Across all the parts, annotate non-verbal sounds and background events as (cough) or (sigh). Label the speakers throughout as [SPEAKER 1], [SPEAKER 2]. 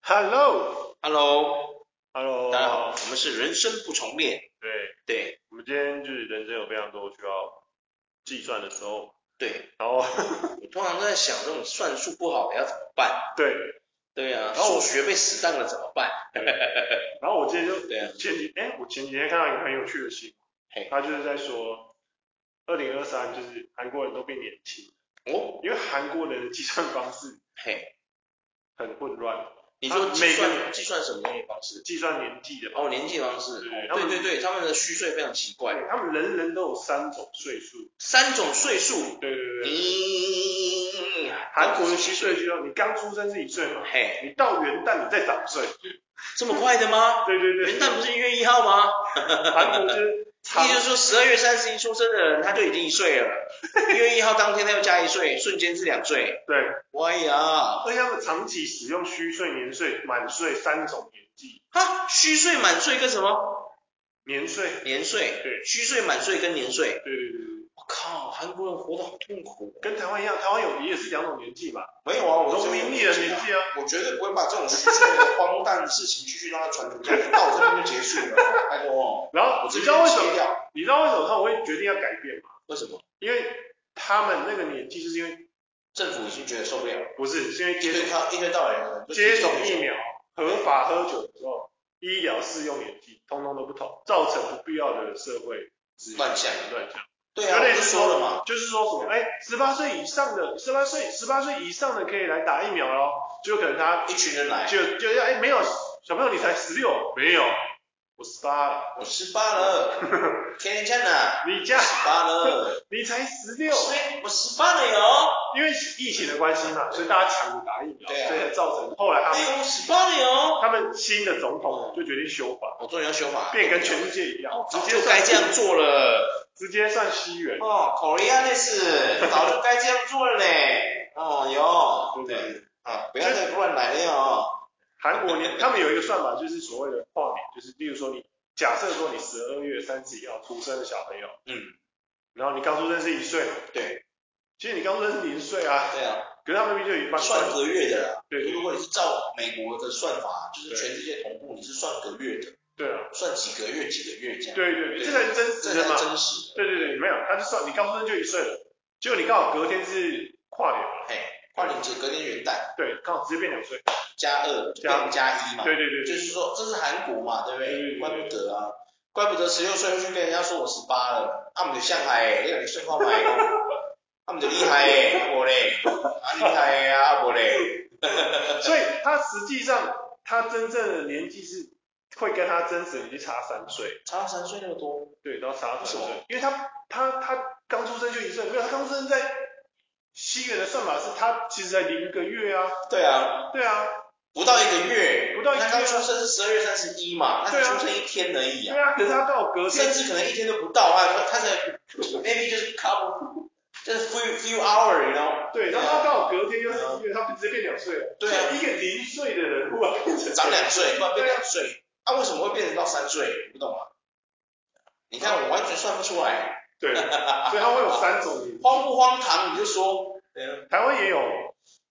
[SPEAKER 1] Hello，Hello，
[SPEAKER 2] Hello，大家好，我们是人生不重练。
[SPEAKER 1] 对，
[SPEAKER 2] 对
[SPEAKER 1] 我们今天就是人生有非常多需要计算的时候，
[SPEAKER 2] 对，
[SPEAKER 1] 然后 (laughs)
[SPEAKER 2] 我通常都在想这种算术不好的要怎么办？
[SPEAKER 1] 对，
[SPEAKER 2] 对啊，
[SPEAKER 1] 然后我
[SPEAKER 2] 数学被死当了怎么办？
[SPEAKER 1] 然后我今天就
[SPEAKER 2] 对啊，
[SPEAKER 1] 前几哎、我前几天看到一个很有趣的新
[SPEAKER 2] 嘿
[SPEAKER 1] 闻，他就是在说，二零二三就是韩国人都变年轻，
[SPEAKER 2] 哦，
[SPEAKER 1] 因为韩国人的计算方式
[SPEAKER 2] 嘿，
[SPEAKER 1] 很混乱，
[SPEAKER 2] 你说
[SPEAKER 1] 啊
[SPEAKER 2] 计
[SPEAKER 1] 每个
[SPEAKER 2] 算计算什么东西方式？
[SPEAKER 1] 计算年纪的，
[SPEAKER 2] 哦，年纪方式。
[SPEAKER 1] 对
[SPEAKER 2] 对对对，他们的虚岁非常奇怪，
[SPEAKER 1] 他们人人都有三种岁数，
[SPEAKER 2] 三种岁数。
[SPEAKER 1] 对对对，
[SPEAKER 2] 你
[SPEAKER 1] 韩国人虚岁就要你刚出生是一岁嘛，
[SPEAKER 2] 嘿，
[SPEAKER 1] 你到元旦你再长一岁，
[SPEAKER 2] 这么快的吗？
[SPEAKER 1] 对对对
[SPEAKER 2] 元，旦不是一月一号吗？
[SPEAKER 1] 韩国就是长
[SPEAKER 2] 也就是说，十二月三十一出生的人，他就已经一岁了。
[SPEAKER 1] (laughs)
[SPEAKER 2] 一月一号当天，他又加一岁，瞬间是两岁。
[SPEAKER 1] 对。
[SPEAKER 2] 哎呀，
[SPEAKER 1] 而且他们长期使用虚岁、年岁、满岁三种年纪，
[SPEAKER 2] 哈，啊虚岁、满岁跟什么
[SPEAKER 1] 年岁，
[SPEAKER 2] 年岁？
[SPEAKER 1] 对
[SPEAKER 2] 虚岁、满岁跟年岁。
[SPEAKER 1] 对对对对，
[SPEAKER 2] 我靠，韩国人活得好痛苦。啊
[SPEAKER 1] 跟台湾一样，台湾有也是两种年纪嘛，
[SPEAKER 2] 没有啊，
[SPEAKER 1] 农民历的年纪啊，
[SPEAKER 2] 我绝对不会把这种虚岁的荒诞的事情继续让它传出去，到我这边就结束了。拜托，
[SPEAKER 1] 然后
[SPEAKER 2] 我
[SPEAKER 1] 你
[SPEAKER 2] 直
[SPEAKER 1] 知
[SPEAKER 2] 接
[SPEAKER 1] 道为什
[SPEAKER 2] 切
[SPEAKER 1] 么？
[SPEAKER 2] 掉。
[SPEAKER 1] 你知道为什么他们会决定要改变吗？
[SPEAKER 2] 为什么？
[SPEAKER 1] 因为他们那个年纪就是因为
[SPEAKER 2] 政府已经觉得受不了了，
[SPEAKER 1] 不是是因为接
[SPEAKER 2] 对
[SPEAKER 1] 种
[SPEAKER 2] 他一天到晚有啊人就
[SPEAKER 1] 接种疫苗、合法喝酒的时候，医疗适用年纪通通都不同，造成不必要的社会质疑
[SPEAKER 2] 乱象
[SPEAKER 1] 乱象。
[SPEAKER 2] 对
[SPEAKER 1] 就
[SPEAKER 2] 啊，
[SPEAKER 1] 类
[SPEAKER 2] 我就
[SPEAKER 1] 似
[SPEAKER 2] 说了嘛，，
[SPEAKER 1] 就是说什么，哎，十八岁以上的，十八岁十八岁以上的可以来打疫苗咯，就可能他
[SPEAKER 2] 一群人来，
[SPEAKER 1] 就就要哎没有小朋友你才十六，没有，我十八了，
[SPEAKER 2] 我十八
[SPEAKER 1] (laughs)
[SPEAKER 2] 了，天天呐，
[SPEAKER 1] 你家
[SPEAKER 2] 十八了，
[SPEAKER 1] 你才十六，
[SPEAKER 2] 所以我十八了哟，
[SPEAKER 1] 因为疫情的关系嘛，所以大家抢着打疫苗，
[SPEAKER 2] 对啊
[SPEAKER 1] 所以造成后来他们
[SPEAKER 2] 哎，我十八了哟。
[SPEAKER 1] 他们新的总统就决定修法，
[SPEAKER 2] 我终于要修法，
[SPEAKER 1] 变跟全世界一样，直
[SPEAKER 2] 早
[SPEAKER 1] 接
[SPEAKER 2] 就该
[SPEAKER 1] 算
[SPEAKER 2] 这样做了。
[SPEAKER 1] 直接算西元，
[SPEAKER 2] 哦，Koreanes，早就该这样做了嘞。哦
[SPEAKER 1] 对
[SPEAKER 2] 哟，
[SPEAKER 1] 不对？
[SPEAKER 2] 啊，不要再乱来了哟。
[SPEAKER 1] 韩国年，他们有一个算法，就是所谓的跨年，就是例如说你假设说你十二月三十一号出生的小朋友，
[SPEAKER 2] 嗯，
[SPEAKER 1] 然后你刚出生是一岁，
[SPEAKER 2] 对，
[SPEAKER 1] 其实你刚出生是零岁啊，
[SPEAKER 2] 对啊，
[SPEAKER 1] 可是他们那边就有一半
[SPEAKER 2] 算隔月的啦。
[SPEAKER 1] 对
[SPEAKER 2] 如
[SPEAKER 1] 对
[SPEAKER 2] 果你是照美国的算法，就是
[SPEAKER 1] 对
[SPEAKER 2] 全世界同步，你是算隔月的，
[SPEAKER 1] 对啊，
[SPEAKER 2] 算几个月几个月这样。
[SPEAKER 1] 对对对，这才是真
[SPEAKER 2] 这
[SPEAKER 1] 实的
[SPEAKER 2] 才
[SPEAKER 1] 嘛，
[SPEAKER 2] 真实的。
[SPEAKER 1] 对对对，没有，他就算你刚出生就一岁了，结果你刚好隔天是跨年嘛，
[SPEAKER 2] 哎，跨年节隔天元旦。
[SPEAKER 1] 对，刚好直接变两岁，
[SPEAKER 2] 加二就变加一嘛，
[SPEAKER 1] 对对对
[SPEAKER 2] 就
[SPEAKER 1] 对
[SPEAKER 2] 是说这是韩国嘛，对不
[SPEAKER 1] 对
[SPEAKER 2] 对？
[SPEAKER 1] 对对
[SPEAKER 2] 怪不得啊，怪不得十六岁就去跟人家说我十八了，啊，我们就像海欸，那个顺化买
[SPEAKER 1] (laughs)
[SPEAKER 2] 哦，啊，我们就厉害欸，啊无嘞，啊厉害欸啊啊无嘞，
[SPEAKER 1] 所以他实际上他真正的年纪是会跟他真实的年纪差三岁，
[SPEAKER 2] 差三岁那么多，
[SPEAKER 1] 对，然后差三岁
[SPEAKER 2] 为什么，
[SPEAKER 1] 因为他他他刚出生就一岁，没有，他刚出生在西元的算法是他其实才零个月啊，
[SPEAKER 2] 对啊，
[SPEAKER 1] 对啊，
[SPEAKER 2] 不到一个月，
[SPEAKER 1] 不到一个月啊
[SPEAKER 2] 他刚出生是十二月三十一嘛，他
[SPEAKER 1] 对啊
[SPEAKER 2] 出生一天而已
[SPEAKER 1] 对
[SPEAKER 2] 啊，
[SPEAKER 1] 啊，可是他到隔天
[SPEAKER 2] 甚至可能一天都不到啊，他才 maybe 就是 couple，就是 few few hour，you know。啊
[SPEAKER 1] 对，然后他到隔天又是一月，他直接变两岁了。
[SPEAKER 2] 对啊
[SPEAKER 1] 所以一个零岁的人忽然变成
[SPEAKER 2] 长两岁，突然变两岁，那、为什么会变成到三岁？我不懂啊。你看我完全算不出来，
[SPEAKER 1] 对，所以他会有三种年纪。
[SPEAKER 2] 荒不荒唐你就说，呃，
[SPEAKER 1] 台湾也有，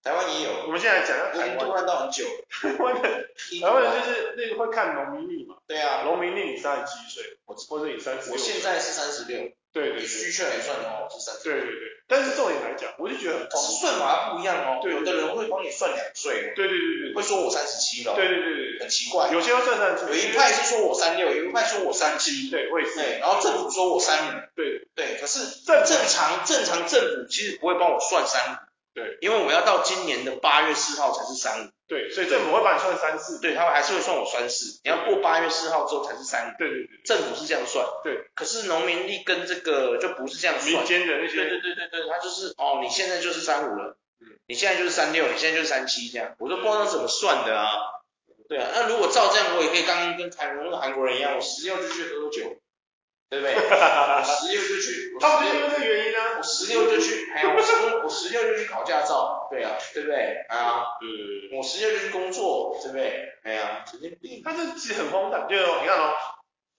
[SPEAKER 2] 台湾也有，
[SPEAKER 1] 我们现在讲一
[SPEAKER 2] 我
[SPEAKER 1] 下
[SPEAKER 2] 已
[SPEAKER 1] 台
[SPEAKER 2] 经
[SPEAKER 1] 湾
[SPEAKER 2] 杜，乱到很久了。
[SPEAKER 1] 台湾的
[SPEAKER 2] 英
[SPEAKER 1] 台
[SPEAKER 2] 国
[SPEAKER 1] 湾
[SPEAKER 2] 啊
[SPEAKER 1] 人就是那个会看农民历嘛，
[SPEAKER 2] 对啊，
[SPEAKER 1] 农民历你三十七岁，
[SPEAKER 2] 我
[SPEAKER 1] 或者你三十
[SPEAKER 2] 我
[SPEAKER 1] 六岁，
[SPEAKER 2] 现在是三十六，
[SPEAKER 1] 对对
[SPEAKER 2] 以
[SPEAKER 1] 对
[SPEAKER 2] 虚岁来算的话，我是三十。
[SPEAKER 1] 对对对。但是重点来讲，我就觉得很
[SPEAKER 2] 只
[SPEAKER 1] 荒
[SPEAKER 2] 是算法不一样哦，
[SPEAKER 1] 对
[SPEAKER 2] 有的人会帮你算两岁，
[SPEAKER 1] 对对对
[SPEAKER 2] 会说我三十七了，
[SPEAKER 1] 对对对对
[SPEAKER 2] 很奇怪
[SPEAKER 1] 对，。有些会算三十
[SPEAKER 2] 有一派是说我三六，有一派说我三七，
[SPEAKER 1] 对，我也是，
[SPEAKER 2] 对，然后政府说我三五，
[SPEAKER 1] 对
[SPEAKER 2] 对，可是
[SPEAKER 1] 正
[SPEAKER 2] 正常正常政府其实不会帮我算三五，
[SPEAKER 1] 对，
[SPEAKER 2] 因为我要到今年的八月四号才是三五，
[SPEAKER 1] 对，所以政府会把你算三四，
[SPEAKER 2] 对，他们还是会算我三四，你要过八月四号之后才是三五，
[SPEAKER 1] 对对对，
[SPEAKER 2] 政府是这样算，
[SPEAKER 1] 对，
[SPEAKER 2] 可是农民力跟这个就不是这样
[SPEAKER 1] 民
[SPEAKER 2] 算，
[SPEAKER 1] 间的那
[SPEAKER 2] 对对
[SPEAKER 1] 些，
[SPEAKER 2] 对对对，他就是哦，你现在就是三五了
[SPEAKER 1] 嗯，
[SPEAKER 2] 你现在就是三六，你现在就是三七这样，我都不知道怎么算的啊，对啊，那如果照这样，我也可以刚刚跟台湾韩国人一样，我十六就去喝酒，对不对？我十六就去，我16
[SPEAKER 1] 他们就因为这个原因啊呢，
[SPEAKER 2] 我十六就去，哎呀，我十六我十六就去考驾照，对啊，对不对？啊，
[SPEAKER 1] 对
[SPEAKER 2] 我十六就去工作，对不对？哎呀，神经病。
[SPEAKER 1] 他这其实很荒诞，就是你看哦，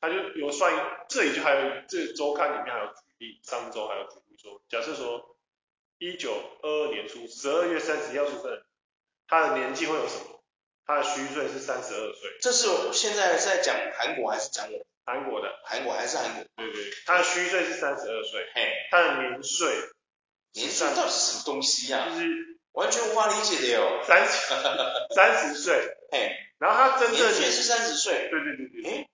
[SPEAKER 1] 他就有算一，这里就还有这周刊里面还有举例，上周还有举例说，假设说一九二二年出十二月三十一号出生，他的年纪会有什么？他的虚岁是三十二岁，
[SPEAKER 2] 这是我现在是在讲韩国还是讲我
[SPEAKER 1] 韩国的，
[SPEAKER 2] 韩国还是韩国？
[SPEAKER 1] 对对，对他的虚岁是三十二岁，
[SPEAKER 2] 嘿，
[SPEAKER 1] 他的年岁
[SPEAKER 2] 年岁到底是什么东西呀、
[SPEAKER 1] 就是
[SPEAKER 2] 完全无法理解的哟。
[SPEAKER 1] 三十
[SPEAKER 2] (laughs)
[SPEAKER 1] 三十岁，
[SPEAKER 2] 嘿，
[SPEAKER 1] 然后他真正
[SPEAKER 2] 年岁是嗯三十岁，
[SPEAKER 1] 对对对对，
[SPEAKER 2] 诶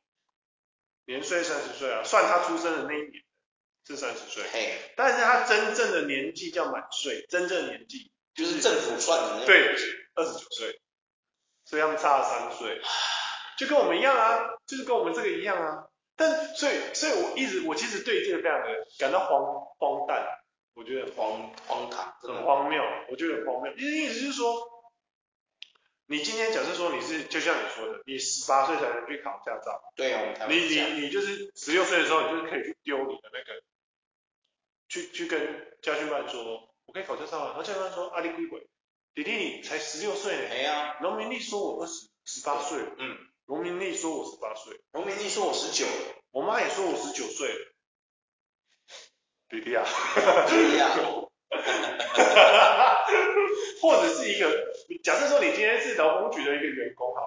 [SPEAKER 1] 年岁三十岁啊，算他出生的那一年是三十岁，
[SPEAKER 2] 嘿，
[SPEAKER 1] 但是他真正的年纪叫满岁，真正年纪
[SPEAKER 2] 就是政府算的那个。
[SPEAKER 1] 对，二十九岁，所以他们差了三岁，就跟我们一样啊，就是跟我们这个一样啊。但所以，所以我一直我其实对这个非常的感到荒荒诞，我觉得很荒
[SPEAKER 2] 荒荒唐，真
[SPEAKER 1] 很
[SPEAKER 2] 的。
[SPEAKER 1] 荒谬，我觉得很荒谬。因为意思是说，你今天假设说你是就像你说的，你十八岁才能去考驾照，
[SPEAKER 2] 对啊，我们台湾
[SPEAKER 1] 你
[SPEAKER 2] 是这
[SPEAKER 1] 你
[SPEAKER 2] 样
[SPEAKER 1] 你就是十六岁的时候，你就是可以去丢你的那个，去去跟家训办说，我可以考驾照了。啊然后家训办说，阿力归鬼，弟弟你才十六岁呢，
[SPEAKER 2] 哎呀，
[SPEAKER 1] 农民历说我二十十八岁，
[SPEAKER 2] 嗯，
[SPEAKER 1] 农民历说我十八岁，
[SPEAKER 2] 农民历说我十九，
[SPEAKER 1] 我妈也说我十九岁了，弟弟啊，
[SPEAKER 2] 对呀，
[SPEAKER 1] (laughs) 或者是一个，假设说你今天是劳工局的一个员工哈，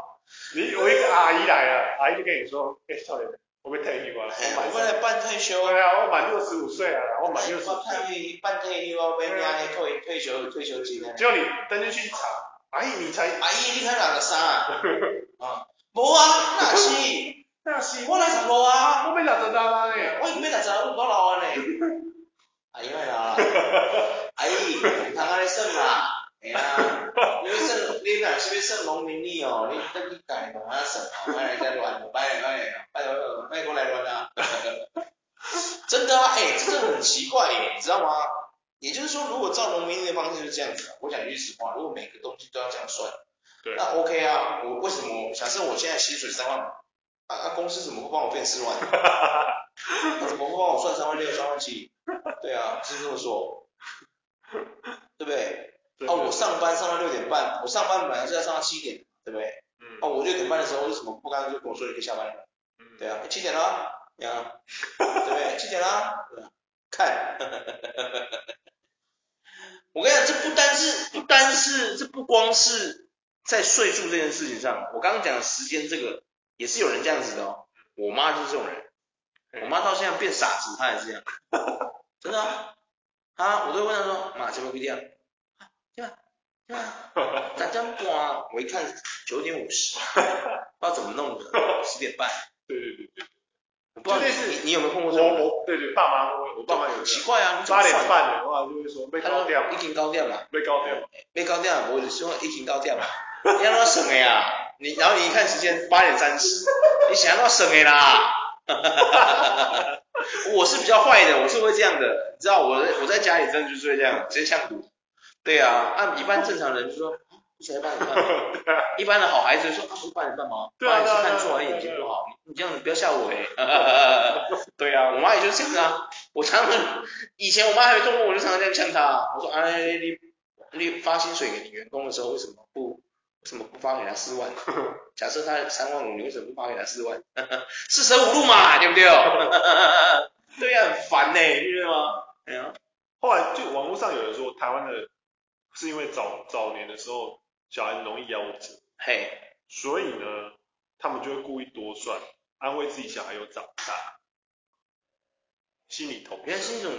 [SPEAKER 1] 你有一个阿姨来了，阿姨就跟你说，哎、少年，我被退休了，
[SPEAKER 2] 哎我哎
[SPEAKER 1] 我
[SPEAKER 2] 们
[SPEAKER 1] 满
[SPEAKER 2] 来办退休啊。
[SPEAKER 1] 对啊，我满六十五岁了，我满六十五岁，
[SPEAKER 2] 办退办退休啊，别人家退退休有退休金
[SPEAKER 1] (laughs)
[SPEAKER 2] 啊。
[SPEAKER 1] 结果你登进去一查，阿姨你才
[SPEAKER 2] 阿姨，你看哪个啥啊？啊，无啊，哪是？
[SPEAKER 1] 那是
[SPEAKER 2] 我来十五啊，
[SPEAKER 1] 我被打成大妈呢，
[SPEAKER 2] 我已经要六十五，我老啊呢。阿姨，莫老啦。啊阿姨，唔通安尼算啦。哎呀，你要算，你若是要算农民历哦，你等你家己慢慢算哦，莫来再乱，莫来莫来莫来莫过来乱啊。 (laughs) 真的啊，哎、这真的很奇怪耶，你知道吗？也就是说，如果照农民历的方式就是这样子啊，我讲句实话，如果每个东西都要这样算，
[SPEAKER 1] 对
[SPEAKER 2] 那 OK 啊。我为什么假设我现在薪水三万五，啊啊公司怎么会帮我变四万？他怎么会帮我算三万六、三万七？对啊，是这么说，对不对？啊，我上班上到六点半，我上班本来是要上到七点，对不对？
[SPEAKER 1] 嗯
[SPEAKER 2] 啊，我六点半的时候为什么不干脆就跟我说你可以下班了？
[SPEAKER 1] 嗯
[SPEAKER 2] 对啊，七点啦，对啊，对不对？七点啦，对啊看， (laughs) 我跟你讲，这不单是不单是这不光是在岁数这件事情上，我刚刚讲的时间这个也是有人这样子的哦，我妈就是这种人，
[SPEAKER 1] 嗯
[SPEAKER 2] 我妈到现在变傻子，她也是这样， (laughs) 真的啊，啊，我都问她说，妈，怎么不这样？对吧？对吧？大家不啊，我一看九点五十，不知道怎么弄的，十点半。
[SPEAKER 1] (laughs) 对对对对，
[SPEAKER 2] 我不知道
[SPEAKER 1] 就类
[SPEAKER 2] 你
[SPEAKER 1] 似
[SPEAKER 2] 你有没有碰过这种人？
[SPEAKER 1] 我我对对爸妈我我爸妈有
[SPEAKER 2] 奇怪啊，你怎么
[SPEAKER 1] 八点
[SPEAKER 2] 算
[SPEAKER 1] 半的话就会说被
[SPEAKER 2] 他
[SPEAKER 1] 高调
[SPEAKER 2] 说，已经高调嘛，
[SPEAKER 1] 被高调，
[SPEAKER 2] 被高调嘛，我就说已经高调嘛，你要那省的呀？你然后你一看时间八点三十，你想要省的啦？ (laughs) 我是比较坏的，我是会这样的，你知道我在我在家里真的就是会这样，直接呛赌。对啊，按一般正常人就说啊你才八点
[SPEAKER 1] (laughs)
[SPEAKER 2] 半，一般的好孩子就说啊，不八点半吗？
[SPEAKER 1] 对啊
[SPEAKER 2] 八点是
[SPEAKER 1] 对啊
[SPEAKER 2] 看错了
[SPEAKER 1] 对啊
[SPEAKER 2] 眼睛
[SPEAKER 1] 对啊
[SPEAKER 2] 不好，你你这样子不要吓
[SPEAKER 1] (laughs)
[SPEAKER 2] 我哎。 (laughs) 对啊，我妈也就是这样子啊，我常常以前我妈还没做过，我就常常这样呛她，我说哎你你发薪水给你员工的时候为什么不为什么不发给他四万？ (laughs) 假设他三万五，你为什么不发给他四万？ (laughs) 四舍五入嘛，对不对？ (laughs) 对呀、很烦呢、你知道吗？哎呀，
[SPEAKER 1] 后来就网络上有人说，台湾的是因为早早年的时候小孩容易夭折，
[SPEAKER 2] 嘿，
[SPEAKER 1] 所以呢，他们就会故意多算，安慰自己小孩有长大，心理投
[SPEAKER 2] 原来
[SPEAKER 1] 射，
[SPEAKER 2] 是一种，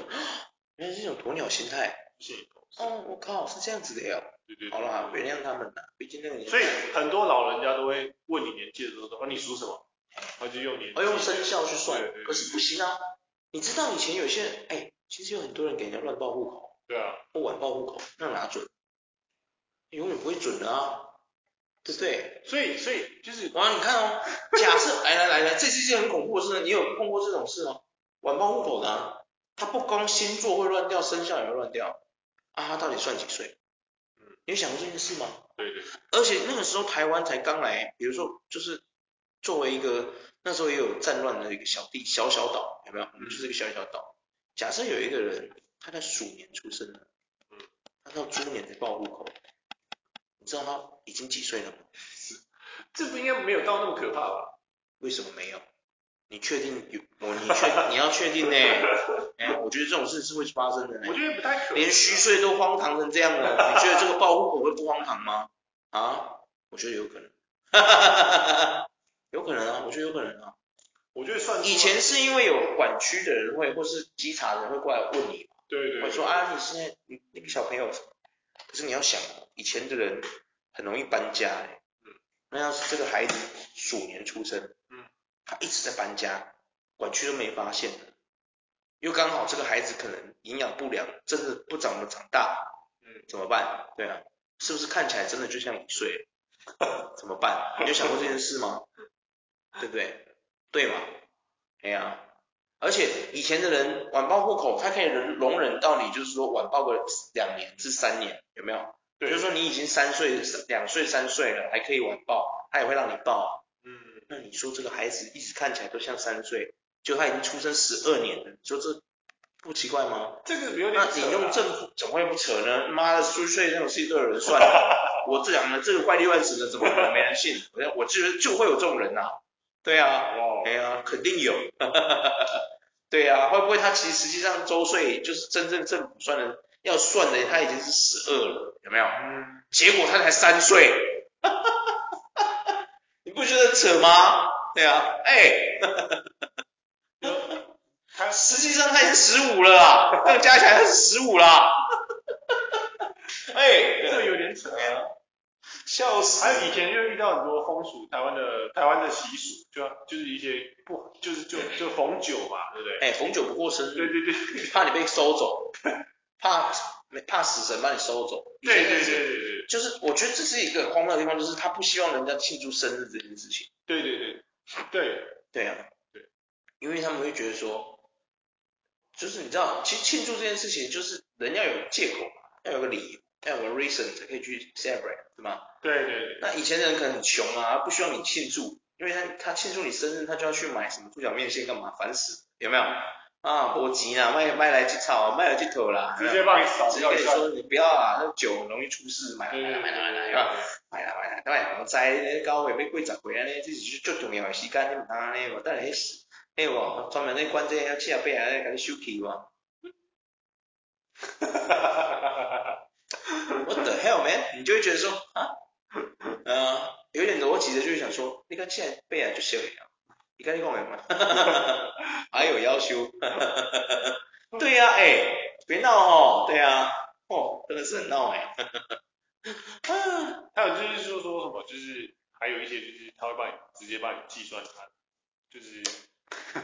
[SPEAKER 2] 原来是一种鸵鸟心态。
[SPEAKER 1] 心理投射，
[SPEAKER 2] 哦，我靠，是这样子的哟。
[SPEAKER 1] 对对
[SPEAKER 2] 好
[SPEAKER 1] 对。
[SPEAKER 2] 啦，原谅他们啦，毕竟那个年代，
[SPEAKER 1] 所以很多老人家都会问你年纪的时候说，啊你属什么？他就用年纪，
[SPEAKER 2] 要哦用生肖去
[SPEAKER 1] 对
[SPEAKER 2] 算
[SPEAKER 1] 对，对
[SPEAKER 2] 可是不行啊。你知道以前有些人，哎，其实有很多人给人家乱报户口
[SPEAKER 1] 对啊，
[SPEAKER 2] 或晚报户口，那哪准？永远不会准的啊，对不对？
[SPEAKER 1] 所以所以就是
[SPEAKER 2] 哇，你看哦，假设 (laughs) 来来来来，这是一件很恐怖的事，你有碰过这种事吗？晚报户口的啊、他不光星座会乱掉，生肖也会乱掉啊，他到底算几岁？你有想过这件事吗？
[SPEAKER 1] 对对
[SPEAKER 2] 而且那个时候台湾才刚来，比如说就是作为一个那时候也有战乱的一个小地小小岛，有没有？我们就是一个小小岛。假设有一个人他在鼠年出生的
[SPEAKER 1] 嗯，
[SPEAKER 2] 他到猪年才报户口，你知道他已经几岁了吗？
[SPEAKER 1] 这不应该没有到那么可怕吧？
[SPEAKER 2] 为什么没有？你确定有？我你确你要确定呢、哎、我觉得这种事是会发生的呢、
[SPEAKER 1] 我觉得不太可能。
[SPEAKER 2] 连虚岁都荒唐成这样了，你觉得这个报户口会不荒唐吗？啊，我觉得有可能。 (laughs) 有可能啊，我觉得有可能啊。
[SPEAKER 1] 我觉得算出来
[SPEAKER 2] 以前是因为有管区的人会，或是稽查的人会过来问你，
[SPEAKER 1] 对对
[SPEAKER 2] 会说啊，你现在你那个小朋友什么？可是你要想啊，以前的人很容易搬家、欸，那要是这个孩子鼠年出生，
[SPEAKER 1] 嗯
[SPEAKER 2] 他一直在搬家，管区都没发现的，又刚好这个孩子可能营养不良，真的不怎么长大，
[SPEAKER 1] 嗯
[SPEAKER 2] 怎么办？对啊，是不是看起来真的就像一岁？ (laughs) 怎么办？你有想过这件事吗？对不对？对嘛？哎呀、而且以前的人晚报户口，他可以容容忍到你，就是说晚报个两年至三年，有没有？
[SPEAKER 1] 对，
[SPEAKER 2] 就是说你已经三岁、两岁、三岁了，还可以晚报，他也会让你报。啊
[SPEAKER 1] 嗯，
[SPEAKER 2] 那你说这个孩子一直看起来都像三岁，就他已经出生十二年了，你说这不奇怪吗？
[SPEAKER 1] 这个有点
[SPEAKER 2] 那
[SPEAKER 1] 扯
[SPEAKER 2] 你
[SPEAKER 1] 啊
[SPEAKER 2] 用政府怎么会不扯呢？妈的，虚岁这种事情都有人算了，我这两个这个怪力乱神的，怎么可能没人信？我我就就会有这种人呐、对啊，
[SPEAKER 1] 哇
[SPEAKER 2] 哎呀，肯定有。对啊，会不会他其实实际上周岁就是真正政府算的要算的，他已经是十二了，有没有？
[SPEAKER 1] 嗯，
[SPEAKER 2] 结果他才三岁，你不觉得扯吗？对啊，哎、
[SPEAKER 1] 他
[SPEAKER 2] 实际上他已经十五了啦，这样加起来他是十五啦。哎、
[SPEAKER 1] 这个有点扯啊。
[SPEAKER 2] 笑死！
[SPEAKER 1] 还有以前就遇到很多风俗，台湾的台湾的习俗，就就是一些不就是就就逢酒嘛，对不对？
[SPEAKER 2] 哎、逢酒不过生
[SPEAKER 1] 对
[SPEAKER 2] 日，
[SPEAKER 1] 对对
[SPEAKER 2] 怕你被收走，怕怕死神把你收走。
[SPEAKER 1] 对对对对
[SPEAKER 2] 就是我觉得这是一个很荒谬的地方，就是他不希望人家庆祝生日这件事情。
[SPEAKER 1] 对对对对对，
[SPEAKER 2] 对啊，
[SPEAKER 1] 对，
[SPEAKER 2] 因为他们会觉得说，就是你知道，其实庆祝这件事情，就是人要有借口嘛，要有个理由，要有个 reason 才可以去 celebrate，对吗？
[SPEAKER 1] 对对对，
[SPEAKER 2] 那以前的人可能很穷啊，不需要你庆祝，因为他他庆祝你生日，他就要去买什么猪脚面线干嘛，烦死，有没有？啊，波及啦，卖卖来去炒，卖来去投啦，
[SPEAKER 1] 直接帮你扫
[SPEAKER 2] 直接
[SPEAKER 1] 掉
[SPEAKER 2] 跟
[SPEAKER 1] 一
[SPEAKER 2] 你
[SPEAKER 1] 段。
[SPEAKER 2] 说你不要啊，那酒很容易出事，买
[SPEAKER 1] 对
[SPEAKER 2] 来买
[SPEAKER 1] 对
[SPEAKER 2] 来买
[SPEAKER 1] 对
[SPEAKER 2] 来买来买来。哎
[SPEAKER 1] 对对，
[SPEAKER 2] 呀，哎呀，当然，我知咧，到后尾要过十岁安尼，这是最重要的时间，你毋通安尼无，等下迄时，迄有无专门咧管这个七啊八啊，咧甲你收起无？What the hell man？你就会觉得说啊，呃，有点逻辑的，就会想说，你甲七啊八啊就收起啊，你甲你讲诶嘛，还有要求，对呀、啊，哎、别闹哦，对啊，哦，真的是很闹哎、啊，
[SPEAKER 1] 还有就是说说什么，就是还有一些就是他会帮你直接帮你计算它，就是
[SPEAKER 2] (laughs)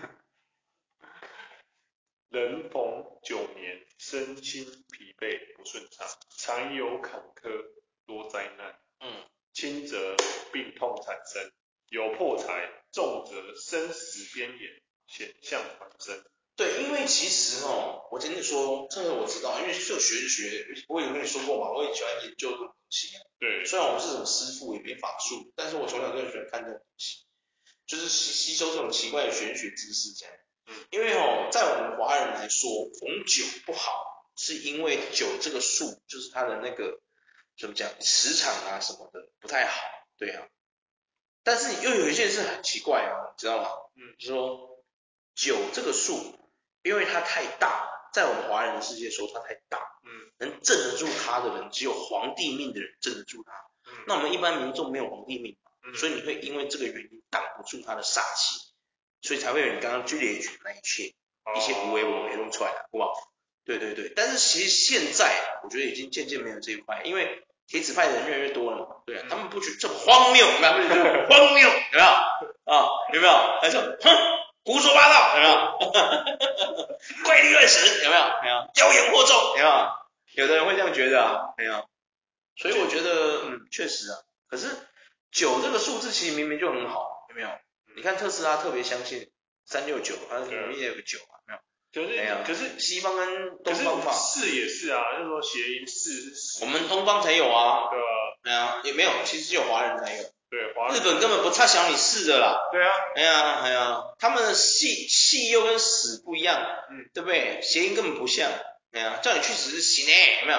[SPEAKER 1] 人逢九年，身心疲惫不顺畅，常有坎坷多灾难。
[SPEAKER 2] 嗯，
[SPEAKER 1] 轻则病痛产生，有破财；重则生死边缘，险象环生。
[SPEAKER 2] 对，因为其实哦，我跟你说，这个我知道，因为就学学，我有跟你说过嘛，我也喜欢研究这种东西啊。
[SPEAKER 1] 对，
[SPEAKER 2] 虽然我不是什么师傅，也没法术，但是我从小就很喜欢看这种东西，就是吸吸收这种奇怪的玄学知识这样。
[SPEAKER 1] 嗯
[SPEAKER 2] 因为哦，在我们华人来说，逢九不好，是因为九这个数就是它的那个怎么讲磁场啊什么的不太好，对啊。但是又有一件事很奇怪啊，你知道吗？
[SPEAKER 1] 嗯，
[SPEAKER 2] 就是说九这个数，因为它太大，在我们华人的世界说它太大，
[SPEAKER 1] 嗯，
[SPEAKER 2] 能镇得住它的人，只有皇帝命的人镇得住它。
[SPEAKER 1] 嗯
[SPEAKER 2] 那我们一般民众没有皇帝命，
[SPEAKER 1] 嗯
[SPEAKER 2] 所以你会因为这个原因挡不住他的煞气，所以才会有你刚刚剧烈举的那一切，
[SPEAKER 1] 哦
[SPEAKER 2] 一些无为我为弄出来啊了，好不好？对对对，但是其实现在我觉得已经渐渐没有这一块，因为铁子派的人越来越多了嘛，对啊，
[SPEAKER 1] 嗯
[SPEAKER 2] 他们不觉得这荒谬，有没有？他们觉得荒谬，有没有？啊，有没有？他说，哼，胡说八道，有没有？ (laughs) 怪力乱神，有没有？没有，妖言惑众，有没有？有的人会这样觉得啊，没有。所以我觉得，嗯，确实啊。可是九这个数字其实明明就很好，有没有？你看特斯拉特别相信三六九，它里面也有个九啊，有没有？
[SPEAKER 1] 可
[SPEAKER 2] 没有
[SPEAKER 1] 是可是
[SPEAKER 2] 西方跟
[SPEAKER 1] 可
[SPEAKER 2] 东
[SPEAKER 1] 是
[SPEAKER 2] 方嘛，
[SPEAKER 1] 四也是啊，就是说谐音四是死
[SPEAKER 2] 我们东方才有啊，
[SPEAKER 1] 对啊，
[SPEAKER 2] 对啊，也没有，其实只有华人才有，
[SPEAKER 1] 对华
[SPEAKER 2] 日
[SPEAKER 1] 人
[SPEAKER 2] 本根本不差小你四的啦。
[SPEAKER 1] 对啊，
[SPEAKER 2] 哎呀哎呀，他们的戏戏又跟死不一样，
[SPEAKER 1] 嗯
[SPEAKER 2] 对不对？谐音根本不像，哎呀，叫你去死是行哎，有没有？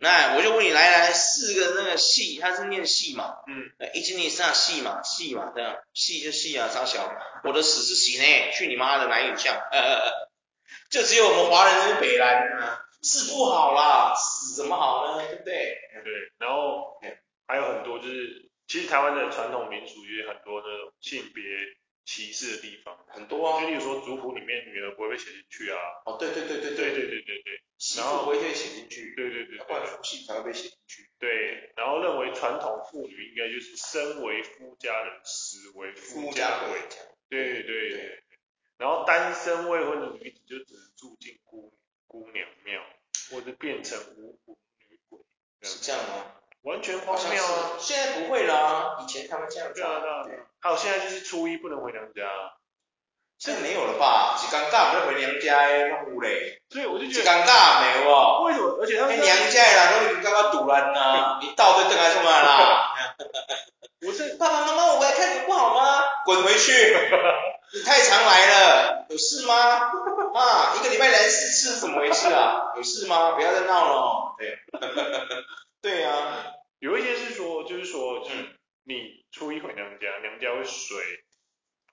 [SPEAKER 2] 那我就问你，来来四个那个戏，它是念戏嘛？
[SPEAKER 1] 嗯，
[SPEAKER 2] 呃，一经历是那戏嘛，戏嘛，对啊，戏就戏啊，傻小，我的死是行哎，去你妈的哪有像？呃呃呃， (laughs) 就只有我们华人是北啊来的嘛，是不好啦，死怎么好呢？对不对？
[SPEAKER 1] 对，然后还有很多就是其实台湾的传统民俗也有很多那种性别歧视的地方，
[SPEAKER 2] 很多啊
[SPEAKER 1] 就。例如说族谱里面女儿不会被写进去啊，
[SPEAKER 2] 哦，对对对对
[SPEAKER 1] 对对，对对对
[SPEAKER 2] 媳
[SPEAKER 1] 然后
[SPEAKER 2] 妇不会被写进去，
[SPEAKER 1] 对对对
[SPEAKER 2] 要
[SPEAKER 1] 对
[SPEAKER 2] 不然父系才会被写进去。
[SPEAKER 1] 对，然后认为传统妇女应该就是生为夫家人，死为夫家
[SPEAKER 2] 鬼
[SPEAKER 1] 鬼，
[SPEAKER 2] 家，
[SPEAKER 1] 对对
[SPEAKER 2] 对
[SPEAKER 1] 对，然后单身未婚的女子就只住进姑姑娘庙，或者变成无骨女鬼，这样
[SPEAKER 2] 是这样吗？
[SPEAKER 1] 完全荒
[SPEAKER 2] 好像
[SPEAKER 1] 谬啊！
[SPEAKER 2] 是，现在不会啦，以前他们这样子
[SPEAKER 1] 对啊对啊
[SPEAKER 2] 对，
[SPEAKER 1] 还有现在就是初一不能回娘家，
[SPEAKER 2] 现在没有了吧？是尴尬，不是回娘家的拢有嘞，
[SPEAKER 1] 所以我就是觉得
[SPEAKER 2] 尴尬没有哦。
[SPEAKER 1] 为什么？而且他
[SPEAKER 2] 那
[SPEAKER 1] 们
[SPEAKER 2] 娘家的人拢有感觉堵然呐，你到就等来什么啦？ (laughs)
[SPEAKER 1] 不是
[SPEAKER 2] 爸爸妈妈，我来看你不好吗？滚回去！你太常来了，有事吗？啊，一个礼拜来四次，怎么回事啊？有事吗？不要再闹了哦。对， (laughs) 对呀、啊，
[SPEAKER 1] 有一些是说，就是说，就是
[SPEAKER 2] 嗯
[SPEAKER 1] 你初一回娘家，娘家会水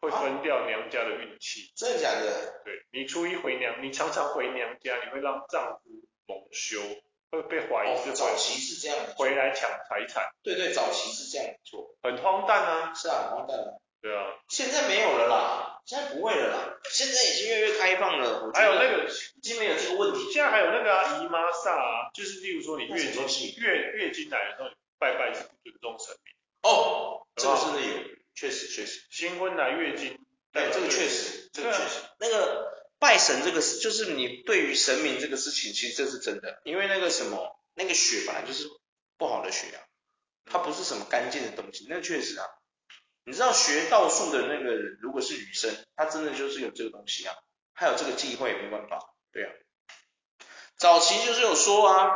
[SPEAKER 1] 会
[SPEAKER 2] 啊
[SPEAKER 1] 分掉娘家的运气。
[SPEAKER 2] 真的假的？
[SPEAKER 1] 对你初一回娘，你常常回娘家，你会让丈夫蒙羞，会被怀疑是回、
[SPEAKER 2] 哦早期是这样的，
[SPEAKER 1] 回来抢财产，
[SPEAKER 2] 对对，早期是这样做，
[SPEAKER 1] 很荒诞啊。
[SPEAKER 2] 是啊，完蛋了。
[SPEAKER 1] 对啊，
[SPEAKER 2] 现在没有了啦，现在不会了啦，现在已经越来越开放了。我觉
[SPEAKER 1] 还有
[SPEAKER 2] 得
[SPEAKER 1] 那个
[SPEAKER 2] 已经没有这个问题，
[SPEAKER 1] 现在还有那个、啊、姨妈煞啊，就是例如说你
[SPEAKER 2] 那
[SPEAKER 1] 月
[SPEAKER 2] 什么东
[SPEAKER 1] 经
[SPEAKER 2] 西
[SPEAKER 1] 月月经来的时候，你拜拜是不尊重神明。
[SPEAKER 2] 哦，这个真的有，确实确实，
[SPEAKER 1] 新婚来月经，啊
[SPEAKER 2] 对，啊这个确
[SPEAKER 1] 实。
[SPEAKER 2] 实，这个确实，那个拜神这个事，就是你对于神明这个事情，其实这是真的，因为那个什么，那个血本来就是不好的血啊，它不是什么干净的东西，那确实啊，你知道学道术的那个人，如果是女生，她真的就是有这个东西啊，她有这个忌讳，没办法，对啊。早期就是有说啊，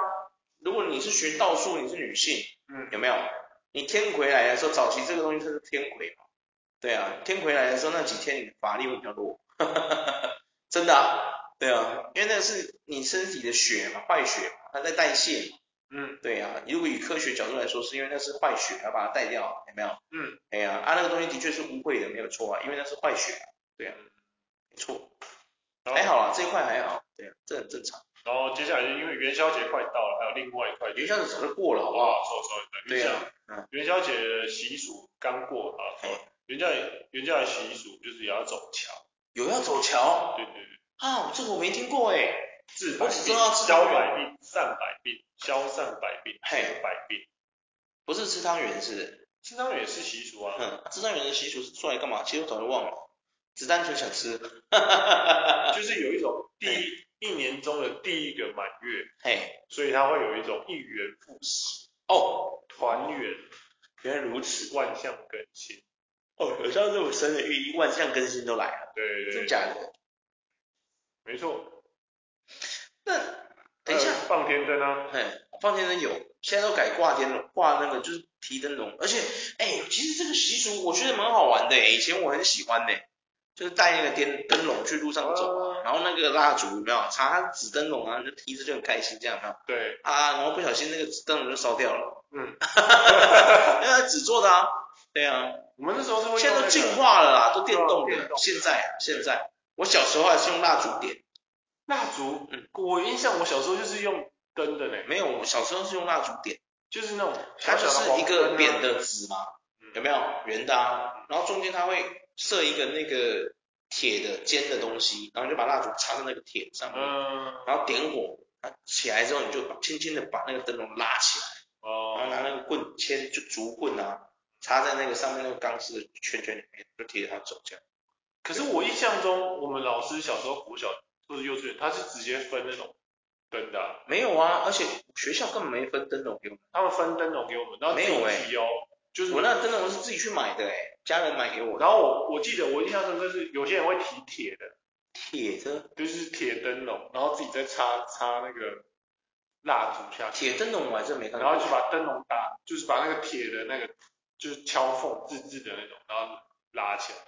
[SPEAKER 2] 如果你是学道术，你是女性，
[SPEAKER 1] 嗯，
[SPEAKER 2] 有没有？你天回来的时候，早期这个东西它是天回嘛，对啊，天回来的时候那几天你的法力会比较弱， (laughs) 真的啊，对啊，因为那个是你身体的血嘛，坏血嘛，它在代谢嘛
[SPEAKER 1] 嗯
[SPEAKER 2] 对呀、如果以科学角度来说，是因为那是坏血，要把它带掉，啊有没有？
[SPEAKER 1] 嗯，
[SPEAKER 2] 哎呀、啊，那个东西的确是污秽的，没有错啊，因为那是坏血，对呀、没错，
[SPEAKER 1] 哦
[SPEAKER 2] 还好啦，这一块还好，对呀、这很正常。
[SPEAKER 1] 然后接下来就因为元宵节快到了，还有另外一块
[SPEAKER 2] 元宵节早就过了，好不好？
[SPEAKER 1] 哇，说说元宵
[SPEAKER 2] 对呀、嗯，
[SPEAKER 1] 元宵节的习俗刚过啊，元宵元宵的习俗就是也要走桥，
[SPEAKER 2] 有要走桥
[SPEAKER 1] 对对对，
[SPEAKER 2] 啊，这个我没听过哎，
[SPEAKER 1] 治百
[SPEAKER 2] 我只知
[SPEAKER 1] 病
[SPEAKER 2] 道、吃
[SPEAKER 1] 消
[SPEAKER 2] 汤
[SPEAKER 1] 百
[SPEAKER 2] 圆，
[SPEAKER 1] 病、散百病、消散百病、
[SPEAKER 2] 嘿
[SPEAKER 1] 治百病，
[SPEAKER 2] 不是吃汤圆是不是，
[SPEAKER 1] 吃汤圆也是习俗啊，
[SPEAKER 2] 哼，吃汤圆的习俗是出来干嘛？其实我早就忘了，只单纯想吃，
[SPEAKER 1] (laughs) 就是有
[SPEAKER 2] (laughs)
[SPEAKER 1] 一种第一一年中的第一个满月，
[SPEAKER 2] 嘿，
[SPEAKER 1] 所以它会有一种一元复始、
[SPEAKER 2] 哦，
[SPEAKER 1] 团圆、
[SPEAKER 2] 原来如此，
[SPEAKER 1] 万象更新，
[SPEAKER 2] 哦，有这样这么深的寓意，万象更新都来了，
[SPEAKER 1] 对对
[SPEAKER 2] 真
[SPEAKER 1] 对，
[SPEAKER 2] 假的？
[SPEAKER 1] 没错。
[SPEAKER 2] 那等一下，
[SPEAKER 1] 还有放天灯啊，
[SPEAKER 2] 哎，放天灯有，现在都改挂天笼，挂那个就是提灯笼，而且，哎，其实这个习俗我觉得蛮好玩的，欸以前我很喜欢的，就是带那个电灯笼去路上走，
[SPEAKER 1] 啊
[SPEAKER 2] 然后那个蜡烛有没有插纸灯笼啊，就提着就很开心这样有没有
[SPEAKER 1] 对，
[SPEAKER 2] 啊，然后不小心那个纸灯笼就烧掉了， (laughs)
[SPEAKER 1] 嗯，
[SPEAKER 2] 因为它纸做的啊，对啊，
[SPEAKER 1] 我们那时候是会
[SPEAKER 2] 现
[SPEAKER 1] 用
[SPEAKER 2] 在都
[SPEAKER 1] 那个哦
[SPEAKER 2] 进化了啦，都电动
[SPEAKER 1] 电
[SPEAKER 2] 的
[SPEAKER 1] 动，
[SPEAKER 2] 现在啊，现在，我小时候还是用蜡烛点，
[SPEAKER 1] 蜡烛，
[SPEAKER 2] 嗯
[SPEAKER 1] 我印象我小时候就是用灯的呢，
[SPEAKER 2] 没有，我小时候是用蜡烛点。
[SPEAKER 1] 就是那种
[SPEAKER 2] 它
[SPEAKER 1] 小
[SPEAKER 2] 就
[SPEAKER 1] 小的
[SPEAKER 2] 是一个扁
[SPEAKER 1] 的，
[SPEAKER 2] 的纸嘛
[SPEAKER 1] 嗯，
[SPEAKER 2] 有没有圆的、啊？然后中间它会设一个那个铁的尖的东西，然后就把蜡烛插在那个铁上面，
[SPEAKER 1] 嗯，
[SPEAKER 2] 然后点火，它起来之后你就轻轻的把那个灯笼拉起来，然后
[SPEAKER 1] 哦，
[SPEAKER 2] 拿那个棍签就竹棍啊，插在那个上面那个钢丝的圈圈里面，就贴着它走这样。
[SPEAKER 1] 可是我印象中，我们老师小时候国小或者幼稚园，他是直接分那种灯的啊，
[SPEAKER 2] 没有啊，而且学校根本没分灯笼给我们，
[SPEAKER 1] 他们分灯笼给我们，然后
[SPEAKER 2] 没有
[SPEAKER 1] 自己
[SPEAKER 2] 欸
[SPEAKER 1] 提哦，就是
[SPEAKER 2] 我那个灯笼是自己去买的哎、家人买给我的，
[SPEAKER 1] 然后我我记得我印象中就是有些人会提铁的，
[SPEAKER 2] 铁的
[SPEAKER 1] 就是铁灯笼，然后自己再插插那个蜡烛下去，
[SPEAKER 2] 铁灯笼我还真没看
[SPEAKER 1] 然
[SPEAKER 2] 过，
[SPEAKER 1] 后就把灯笼打，就是把那个铁的那个就是敲缝自制的那种，然后拉起来。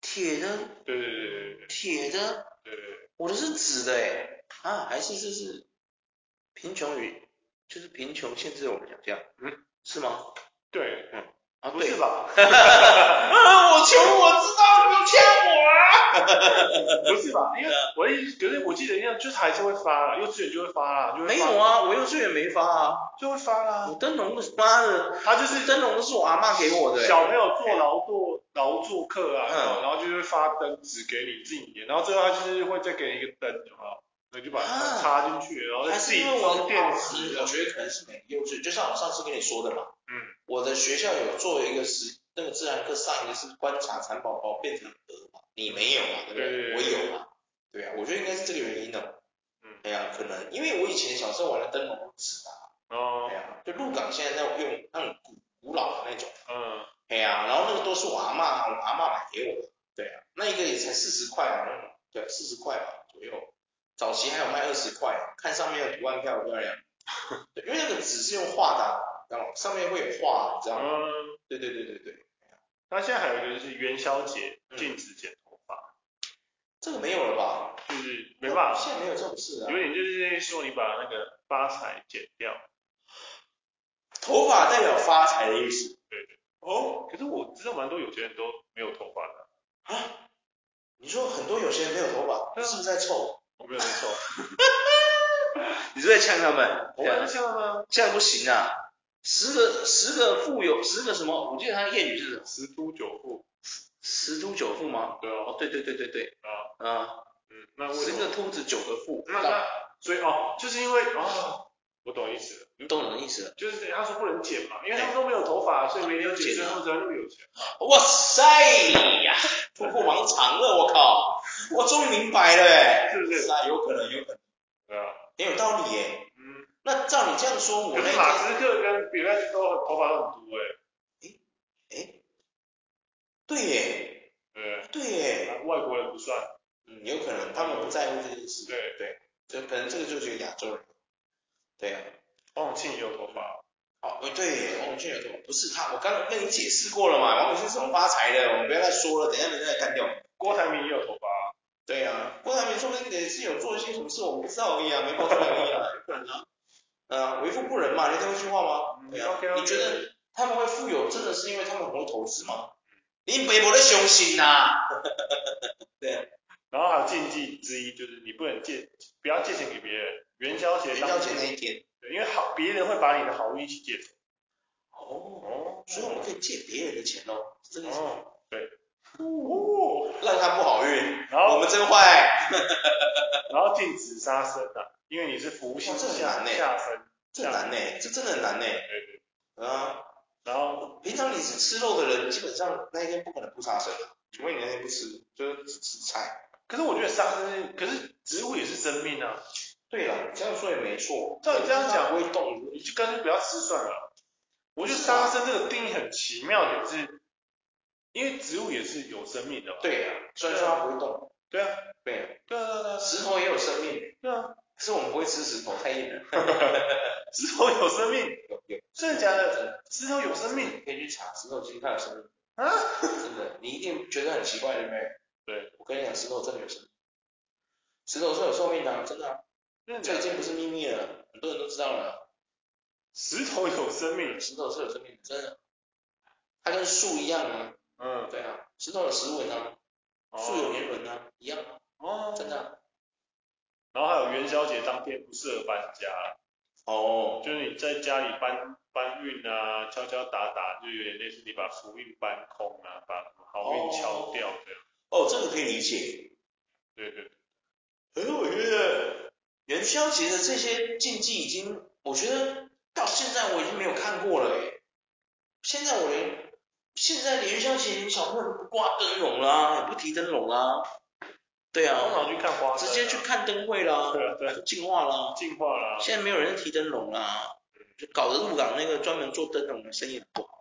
[SPEAKER 2] 铁的
[SPEAKER 1] 对对对对对
[SPEAKER 2] 铁的。
[SPEAKER 1] 对对，
[SPEAKER 2] 我的是纸的哎，啊，还是这是贫穷与就是贫穷限制了我们想象，
[SPEAKER 1] 嗯，
[SPEAKER 2] 是吗？
[SPEAKER 1] 对，
[SPEAKER 2] 啊，
[SPEAKER 1] 不
[SPEAKER 2] 对
[SPEAKER 1] 是吧？
[SPEAKER 2] 啊，我穷，我知道，你欠我啊，
[SPEAKER 1] 不
[SPEAKER 2] (laughs)
[SPEAKER 1] 是吧？因为我的意思，可是我记得印象就是还是会发啦，幼稚园就会发啦，就会发
[SPEAKER 2] 没有啊，我幼稚园没发啊，
[SPEAKER 1] 就会发啦
[SPEAKER 2] 我。灯笼的妈的，
[SPEAKER 1] 他就
[SPEAKER 2] 这
[SPEAKER 1] 是
[SPEAKER 2] 灯笼都是我阿妈给我的、欸，
[SPEAKER 1] 小朋友做劳作劳作课
[SPEAKER 2] 嗯
[SPEAKER 1] 啊，然后就会发灯纸给你自己粘，然后最后他就是会再给你一个灯，有没有？那就把它插进去，然后再
[SPEAKER 2] 还啊是
[SPEAKER 1] 自己
[SPEAKER 2] 因为我
[SPEAKER 1] 装
[SPEAKER 2] 的
[SPEAKER 1] 电
[SPEAKER 2] 电
[SPEAKER 1] 池
[SPEAKER 2] 池，
[SPEAKER 1] 的
[SPEAKER 2] 我。觉得可能是每个幼稚园，就像我上次跟你说的嘛，
[SPEAKER 1] 嗯，
[SPEAKER 2] 我的学校有做一个实那个自然课，上一个是观察蚕宝宝变成蛾嘛，你没有嘛，对不
[SPEAKER 1] 对
[SPEAKER 2] 对？我有嘛，对啊，我觉得应该是这个原因的，
[SPEAKER 1] 嗯
[SPEAKER 2] 哎呀，可能因为我以前小时候玩的灯笼纸啊，
[SPEAKER 1] 哦
[SPEAKER 2] 哎，呀，就鹿港现在在用那种古古老的那种，
[SPEAKER 1] 嗯，
[SPEAKER 2] 哎呀，然后那个都是我阿妈我阿妈买给我的，对啊，那一个也才四十块啊，那种，对，四十块吧左右，早期还有卖二十块，看上面有图案漂不漂亮， (laughs) 对，因为那个纸是用画的啊，你知道吗？上面会有画，你知道吗？
[SPEAKER 1] 嗯，
[SPEAKER 2] 对对对对对，
[SPEAKER 1] 那现在还有一个就是元宵节
[SPEAKER 2] 嗯
[SPEAKER 1] 禁止剪头发，
[SPEAKER 2] 这个没有了吧？
[SPEAKER 1] 就是没办法，
[SPEAKER 2] 现在没有这种事啊
[SPEAKER 1] 有。点就是说你把那个发财剪掉。
[SPEAKER 2] 头发代表发财的意思
[SPEAKER 1] 哦，可是我知道蛮多有钱人都没有头发的，
[SPEAKER 2] 啊？你说很多有钱人没有头发，你
[SPEAKER 1] 对啊
[SPEAKER 2] 是不是在臭？
[SPEAKER 1] 我没有
[SPEAKER 2] (laughs)
[SPEAKER 1] 在说，
[SPEAKER 2] 你是不是在呛他们
[SPEAKER 1] 我没有在笑吗？
[SPEAKER 2] 这样不行啊！十个十个富有，十个什么？我记得他的谚语是什么？
[SPEAKER 1] 十秃九富，
[SPEAKER 2] 十秃九富吗？
[SPEAKER 1] 对啊，
[SPEAKER 2] 哦，对对对对对，
[SPEAKER 1] 啊，
[SPEAKER 2] 啊、
[SPEAKER 1] 嗯，那为什
[SPEAKER 2] 十
[SPEAKER 1] 么？
[SPEAKER 2] 个秃子九个富，
[SPEAKER 1] 那那所以哦，就是因为哦，我懂意思了，
[SPEAKER 2] 你懂懂意思了？
[SPEAKER 1] 就是他说不能剪嘛，因为他们都没有头发，所以没有剪，所以他们才那么有钱。
[SPEAKER 2] 哇塞呀，突破盲肠了，我靠！我终于明白了、欸，
[SPEAKER 1] 是不是
[SPEAKER 2] 是啊，有可能，有可能，
[SPEAKER 1] 对啊，
[SPEAKER 2] 很有道理耶、
[SPEAKER 1] 嗯，
[SPEAKER 2] 那照你这样说，我
[SPEAKER 1] 可
[SPEAKER 2] 那
[SPEAKER 1] 是马
[SPEAKER 2] 天，
[SPEAKER 1] 斯克跟比尔盖茨都很头发都很多哎、
[SPEAKER 2] 哎，对耶，
[SPEAKER 1] 对，
[SPEAKER 2] 对耶，
[SPEAKER 1] 外国人不算，
[SPEAKER 2] 嗯，有可能他们不在乎这件事，
[SPEAKER 1] 对，
[SPEAKER 2] 就可能这个就是亚洲人，对呀、
[SPEAKER 1] 王永庆也有头发，
[SPEAKER 2] 哦，呃对耶，王永庆有头发，不是他，我刚刚跟你解释过了嘛，王永庆是怎么发财的，我们不要再说了，等一下人家来干掉我们。
[SPEAKER 1] 郭台铭也有头发，
[SPEAKER 2] 对呀、啊，郭台铭说不定也是有做一些什么事，我们不知道而已啊，没爆出来而已啊，有 (laughs) 可能啊。呃，为富不仁嘛，人家会去话吗？
[SPEAKER 1] 嗯
[SPEAKER 2] 对啊
[SPEAKER 1] OK，OK
[SPEAKER 2] 你觉得他们会富有，真的是因为他们很会投资吗？你北博的雄心呐、
[SPEAKER 1] 然后还有禁忌之一就是你不能借，不要借钱给别人，元宵节
[SPEAKER 2] 元
[SPEAKER 1] 当
[SPEAKER 2] 宵节那一天。
[SPEAKER 1] 对，因为好别人会把你的好运一起借走。
[SPEAKER 2] 哦，
[SPEAKER 1] 哦
[SPEAKER 2] 所以我们可以借别人的钱哦，真的是
[SPEAKER 1] 哦，对，哦，
[SPEAKER 2] 让他不好运。
[SPEAKER 1] 然后
[SPEAKER 2] 我们真坏，
[SPEAKER 1] 然后禁止杀生啊，因为你是福星
[SPEAKER 2] 哇这很
[SPEAKER 1] 下
[SPEAKER 2] 难欸
[SPEAKER 1] 下生，
[SPEAKER 2] 这很难呢、这真的很难呢、
[SPEAKER 1] 对对，
[SPEAKER 2] 啊，
[SPEAKER 1] 然后
[SPEAKER 2] 平常你是吃肉的人，基本上那一天不可能不杀生的，除非你那天不吃，就是只吃菜。
[SPEAKER 1] 可是我觉得杀生，可是植物也是生命啊，
[SPEAKER 2] 对了，这样说也没错。
[SPEAKER 1] 照你这样讲
[SPEAKER 2] 不会动，
[SPEAKER 1] 你就干脆不要吃算了。我觉得杀生这个定义很奇妙，点是因为植物也是有生命的嘛。
[SPEAKER 2] 对啊呀、虽然说它不会动，
[SPEAKER 1] 啊对啊，
[SPEAKER 2] 对啊，
[SPEAKER 1] 对啊，对啊对啊，
[SPEAKER 2] 石头也有生命，
[SPEAKER 1] 对啊，
[SPEAKER 2] 可是我们不会吃石头，太硬了。
[SPEAKER 1] 石头有生命，
[SPEAKER 2] 有有，
[SPEAKER 1] 真的假的？
[SPEAKER 2] 的？
[SPEAKER 1] 石头有生命
[SPEAKER 2] 你可以去查石头，其实它有生命，
[SPEAKER 1] 啊？
[SPEAKER 2] 真的，你一定觉得很奇怪，对不对？
[SPEAKER 1] 对，
[SPEAKER 2] 我跟你讲，石头真的有生命，石头是有寿命的啊，真的啊、
[SPEAKER 1] 真的假
[SPEAKER 2] 这已
[SPEAKER 1] 的
[SPEAKER 2] 经不是秘密了，很多人都知道了，啊
[SPEAKER 1] 石头有生命，
[SPEAKER 2] 石头是有生命的，真的，它跟树一样啊，
[SPEAKER 1] 嗯，
[SPEAKER 2] 对啊，石头有石纹啊，树有年轮啊，一样啊，
[SPEAKER 1] 哦，
[SPEAKER 2] 真的啊、
[SPEAKER 1] 然后还有元宵节当天不适合搬家，
[SPEAKER 2] 哦，
[SPEAKER 1] 就是你在家里搬搬运啊，敲敲打打，就有点类似你把福运搬空啊，把好运敲掉这样。
[SPEAKER 2] 哦，这个可以理解，
[SPEAKER 1] 对对，
[SPEAKER 2] 可是我觉得元宵节的这些禁忌已经，我觉得到现在我已经没有看过了诶。现在我连现在元宵节连小朋友都不挂灯笼啦，也不提灯笼啦。对
[SPEAKER 1] 通
[SPEAKER 2] 啊，
[SPEAKER 1] 常去看花灯啊，
[SPEAKER 2] 直接去看灯会啦，
[SPEAKER 1] 对啊对啊，
[SPEAKER 2] 进化啦。
[SPEAKER 1] 进啊化啦。
[SPEAKER 2] 现在没有人提灯笼啦，就搞得鹿港那个专门做灯笼的生意很不好。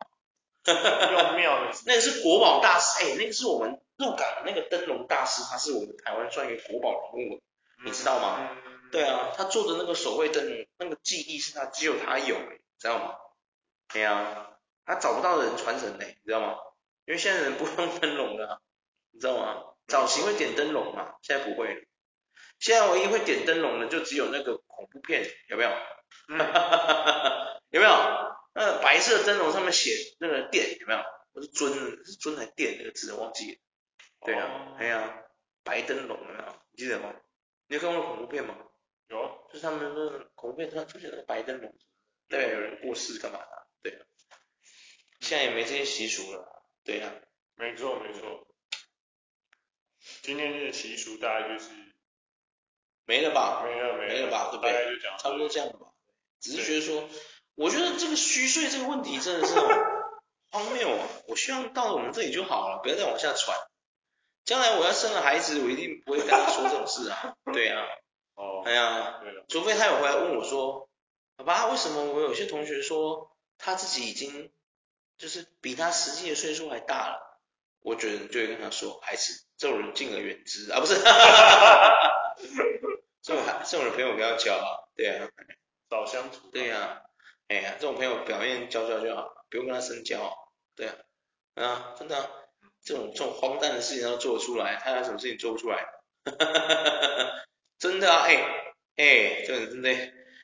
[SPEAKER 1] 用庙的，
[SPEAKER 2] 那个是国宝大师，哎、那个是我们鹿港那个灯笼大师，他是我们台湾算一个国宝人物，你知道吗？
[SPEAKER 1] 嗯，
[SPEAKER 2] 对啊，他做的那个手绘灯笼，那个技艺是他只有他有、欸，知道吗？对啊，他找不到人传承嘞、你知道吗？因为现在人不用灯笼了啊、你知道吗？早期会点灯笼嘛，现在不会了。现在唯一会点灯笼的就只有那个恐怖片，有没有？ (laughs) 有没有？那个白色灯笼上面写那个电，有没有？不是尊，是尊还是电那个字，我忘记了。对啊，
[SPEAKER 1] 哦
[SPEAKER 2] 哎呀、白灯笼有没有？你记得吗？你有看过恐怖片吗？
[SPEAKER 1] 有啊，
[SPEAKER 2] 就是他们那种恐怖片突然出现那个白灯笼，代表有人过世干嘛的、对啊，现在也没这些习俗了。对啊，
[SPEAKER 1] 没错没错。今天这个习俗大概就是
[SPEAKER 2] 没了吧？
[SPEAKER 1] 没了没
[SPEAKER 2] 啊没了吧对不
[SPEAKER 1] 大
[SPEAKER 2] 对
[SPEAKER 1] 概就讲到
[SPEAKER 2] 差不多这样吧。只是觉得说，我觉得这个虚岁这个问题真的是荒谬啊！我希望到了我们这里就好了，不要再往下传。将来我要生了孩子，我一定不会跟他说这种事 (laughs) 啊。对啊，
[SPEAKER 1] 哦，
[SPEAKER 2] 哎呀，
[SPEAKER 1] 对了，
[SPEAKER 2] 除非他有回来问我说，爸爸，为什么我有些同学说他自己已经就是比他实际的岁数还大了？我觉得你就会跟他说，还是这种人敬而远之啊，不是， (laughs) 这种孩这种人朋友不要交啊，对啊。
[SPEAKER 1] 早相处。
[SPEAKER 2] 对呀、哎呀，这种朋友表面交交就好，不用跟他深交。对啊，啊，真的啊、这种这种荒诞的事情要做出来，他有什么事情做不出来？ (laughs) 真的啊，哎、哎、这种真的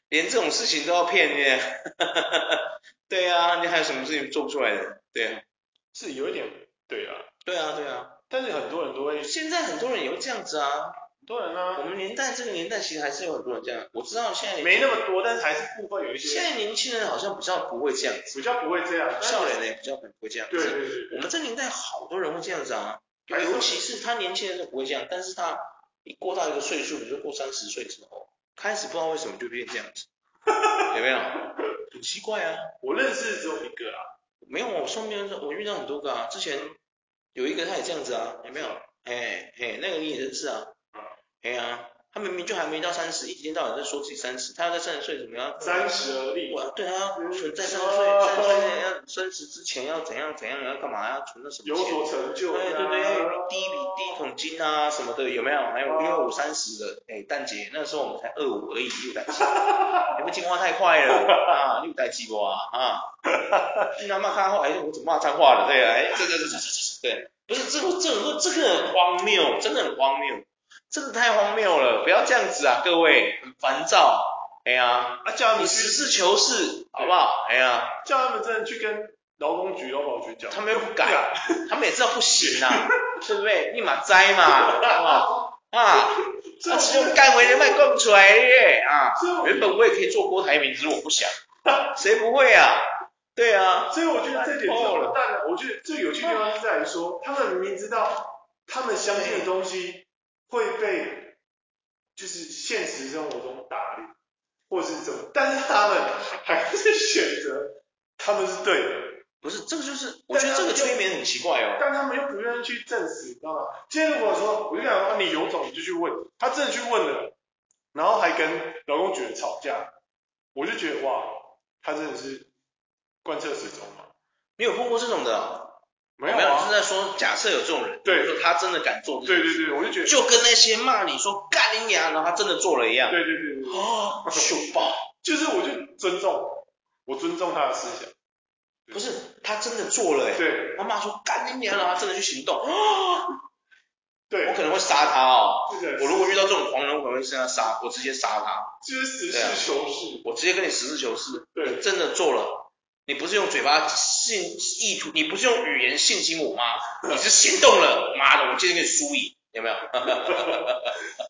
[SPEAKER 2] 连这种事情都要骗你， (laughs) 对啊，你还有什么事情做不出来的？对啊，
[SPEAKER 1] 是有一点对啊，
[SPEAKER 2] 对啊，对啊，
[SPEAKER 1] 但是很多人都会，
[SPEAKER 2] 现在很多人也会这样子啊，
[SPEAKER 1] 很多人啊
[SPEAKER 2] 我们年代这个年代其实还是有很多人这样，我知道现在
[SPEAKER 1] 没那么多，但是还是部分有一
[SPEAKER 2] 现
[SPEAKER 1] 些
[SPEAKER 2] 在年轻人好像比较不会这样子，
[SPEAKER 1] 比较不会这样。但是
[SPEAKER 2] 少年人也比较不会这样子
[SPEAKER 1] 对。对对，
[SPEAKER 2] 我们这年代好多人会这样子啊，
[SPEAKER 1] 没错
[SPEAKER 2] 尤其是他年轻的时候不会这样，但是他一过到一个岁数，比如说过三十岁之后，开始不知道为什么就变这样
[SPEAKER 1] (laughs)
[SPEAKER 2] 子，有没有？很奇怪啊，
[SPEAKER 1] 我认识只有一个啊，
[SPEAKER 2] 没有啊，我身边我遇到很多个啊，之前有一个他也这样子啊，有没有？哎哎，那个你也认识啊
[SPEAKER 1] 嗯？
[SPEAKER 2] 哎呀、他明明就还没到三十，一天到晚在说自己三十，他要在三十岁怎么样？
[SPEAKER 1] 三十而立，
[SPEAKER 2] 我对啊，存在三十岁，
[SPEAKER 1] 哦
[SPEAKER 2] 三十岁要三十之前要怎样怎样，要干嘛要存到什
[SPEAKER 1] 有
[SPEAKER 2] 么钱？
[SPEAKER 1] 所成就、啊，
[SPEAKER 2] 对对对，要第一笔第一桶金啊什么的，有没有？还有因为我三十了，哎、蛋姐那时候我们才二五而已，六代几，你们进化太快了啊，六代几哇啊！那骂他后来我怎么骂脏话了？对啊，哎、这这这这这对，不是这个这个这个很荒谬，真的很荒谬，真的太荒谬了，不要这样子啊，各位，很烦躁。哎呀，
[SPEAKER 1] 啊，叫他
[SPEAKER 2] 你
[SPEAKER 1] 们
[SPEAKER 2] 实
[SPEAKER 1] 去，
[SPEAKER 2] 事求是好不好？哎呀。
[SPEAKER 1] 叫他们真的去跟劳工局、劳保局讲，啊
[SPEAKER 2] 他们又不敢， (laughs) 他们也知道不行
[SPEAKER 1] (laughs)
[SPEAKER 2] 啊，对不对？立马摘嘛，好不好啊，
[SPEAKER 1] 这
[SPEAKER 2] 那
[SPEAKER 1] 种
[SPEAKER 2] 只有干为人卖供出来耶啊！
[SPEAKER 1] 所以我
[SPEAKER 2] 原本我也可以做郭台铭，只是我不
[SPEAKER 1] (laughs)
[SPEAKER 2] 想，谁不会啊？对啊，
[SPEAKER 1] 所以我觉得这点是荒诞的。我觉得最有趣的地方是在于说，他们明明知道他们相信的东西会被就是现实生活中打脸，或是怎么，但是他们还是选择他们是对的，
[SPEAKER 2] 不是这个就是，我觉得这个催眠很奇怪哦。
[SPEAKER 1] 但他们又不愿意去证实，你知道吗？今天如果说我就想说、啊你有种你就去问，他真的去问了，然后还跟劳工局吵架，我就觉得哇，他真的是贯彻始终嘛，
[SPEAKER 2] 你有碰过这种的啊？
[SPEAKER 1] 没有
[SPEAKER 2] 没有，
[SPEAKER 1] 啊
[SPEAKER 2] 是。在说假设有这种人，
[SPEAKER 1] 对
[SPEAKER 2] 比如说他真的敢做这
[SPEAKER 1] 对
[SPEAKER 2] 种
[SPEAKER 1] 对
[SPEAKER 2] 事，
[SPEAKER 1] 对，我就觉得，
[SPEAKER 2] 就跟那些骂你说干你娘，然后他真的做了一样，
[SPEAKER 1] 对对对对，对
[SPEAKER 2] 啊，羞爆。
[SPEAKER 1] 就是我就尊重，我尊重他的思想，
[SPEAKER 2] 不是，他真的做了哎、
[SPEAKER 1] 对
[SPEAKER 2] 我妈说干你娘了，他真的去行动，
[SPEAKER 1] 对
[SPEAKER 2] 我，可能会杀他哦。
[SPEAKER 1] 这个
[SPEAKER 2] 我如果遇到这种狂人，我可能会跟他杀，我直接杀他，
[SPEAKER 1] 就是实
[SPEAKER 2] 啊
[SPEAKER 1] 事求是，
[SPEAKER 2] 我直接跟你实事求是。
[SPEAKER 1] 对
[SPEAKER 2] 你真的做了，你不是用嘴巴信意图，你不是用语言信心我妈，你是行动了。妈的，我今天给你输赢，有没有？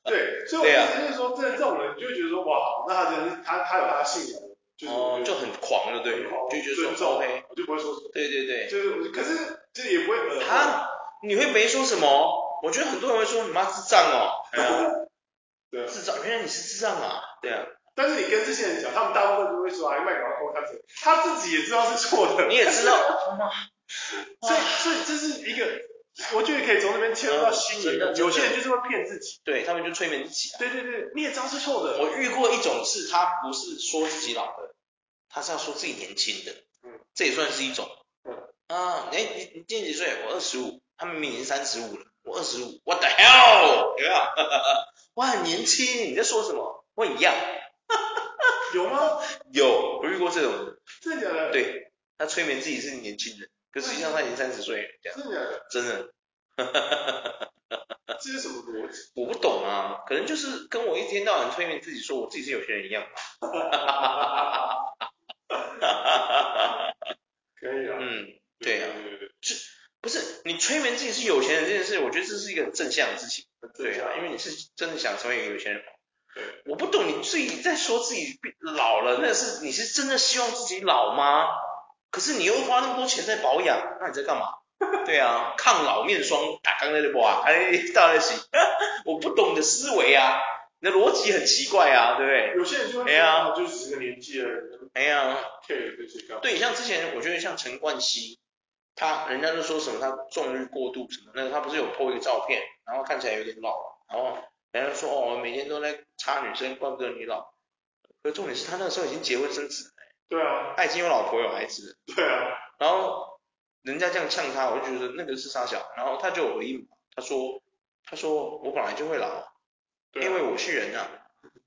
[SPEAKER 1] 对，所以我
[SPEAKER 2] 对啊
[SPEAKER 1] 意思就是说，真的这种人，你就会觉得说，哇，那他真的是他他有他的信仰，就是
[SPEAKER 2] 哦
[SPEAKER 1] 我，觉
[SPEAKER 2] 就
[SPEAKER 1] 得
[SPEAKER 2] 很狂了，对，
[SPEAKER 1] 好
[SPEAKER 2] 就觉得说
[SPEAKER 1] 尊重
[SPEAKER 2] OK，，
[SPEAKER 1] 我就不会说什么，
[SPEAKER 2] 对对对。
[SPEAKER 1] 就是可是这也不会呃，
[SPEAKER 2] 啊，你会没说什么？我觉得很多人会说你妈智障哦，哎呀，
[SPEAKER 1] 对啊，
[SPEAKER 2] 智障，原来你是智障啊，对啊。
[SPEAKER 1] 但是你跟这些人讲，他们大部分都会说，哎，卖广告他自己他自己也知道是错的，
[SPEAKER 2] 你也知道，
[SPEAKER 1] 所以所以这是一个，我觉得可以从这边切入到心理
[SPEAKER 2] 真的真，的
[SPEAKER 1] 有些人就是会骗自己，
[SPEAKER 2] 对他们就催眠自己啊。
[SPEAKER 1] 对对对，你也知道是错的，
[SPEAKER 2] 我遇过一种是，他不是说自己老的，他是要说自己年轻的，
[SPEAKER 1] 嗯
[SPEAKER 2] 这也算是一种。
[SPEAKER 1] 嗯
[SPEAKER 2] 啊，哎，你你今年几岁？我二十五，他们明年三十五了，我二十五，What the hell？有没有？ (laughs) 我很年轻，你在说什么？我很 young。
[SPEAKER 1] 有吗？
[SPEAKER 2] 有，我遇过这种，
[SPEAKER 1] 真的假的？
[SPEAKER 2] 对他催眠自己是年轻人，可实际上他已经三十岁了，这样
[SPEAKER 1] 真的假的？
[SPEAKER 2] 真的。
[SPEAKER 1] 这是什么逻辑？
[SPEAKER 2] (laughs) 我不懂啊，可能就是跟我一天到晚催眠自己说我自己是有钱人一样。
[SPEAKER 1] 可以啊，
[SPEAKER 2] 嗯，对啊，
[SPEAKER 1] 对对对，
[SPEAKER 2] 不是你催眠自己是有钱人这件事，我觉得这是一个很正向的事情。
[SPEAKER 1] 对
[SPEAKER 2] 对
[SPEAKER 1] 啊
[SPEAKER 2] 啊，因为你是真的想成为一个有钱人。
[SPEAKER 1] 对，
[SPEAKER 2] 我不懂你自己在说自己变老了，那是你是真的希望自己老吗？可是你又花那么多钱在保养，那你在干嘛？对啊，抗老面霜打刚那个哇，哎，当然行。 (laughs) 我不懂你的思维啊，你的逻辑很奇怪啊，对不对？
[SPEAKER 1] 有些人就会
[SPEAKER 2] 哎
[SPEAKER 1] 哦
[SPEAKER 2] 呀
[SPEAKER 1] 就只是个年纪而已
[SPEAKER 2] 哎呀，
[SPEAKER 1] ，care 这些干嘛？
[SPEAKER 2] 对，像之前我觉得像陈冠希，他人家就说什么他纵欲过度什么，那个他不是有 po 一个照片，然后看起来有点老了，然后人家就说哦，每天都在插女生，怪不得你老。可重点是他那个时候已经结婚生子了，
[SPEAKER 1] 对啊，
[SPEAKER 2] 他已经有老婆有孩子了，
[SPEAKER 1] 对啊，
[SPEAKER 2] 然后人家这样呛他，我就觉得那个是傻小，然后他就有回应嘛，他说他说我本来就会老，
[SPEAKER 1] 对啊
[SPEAKER 2] 因为我是人呐、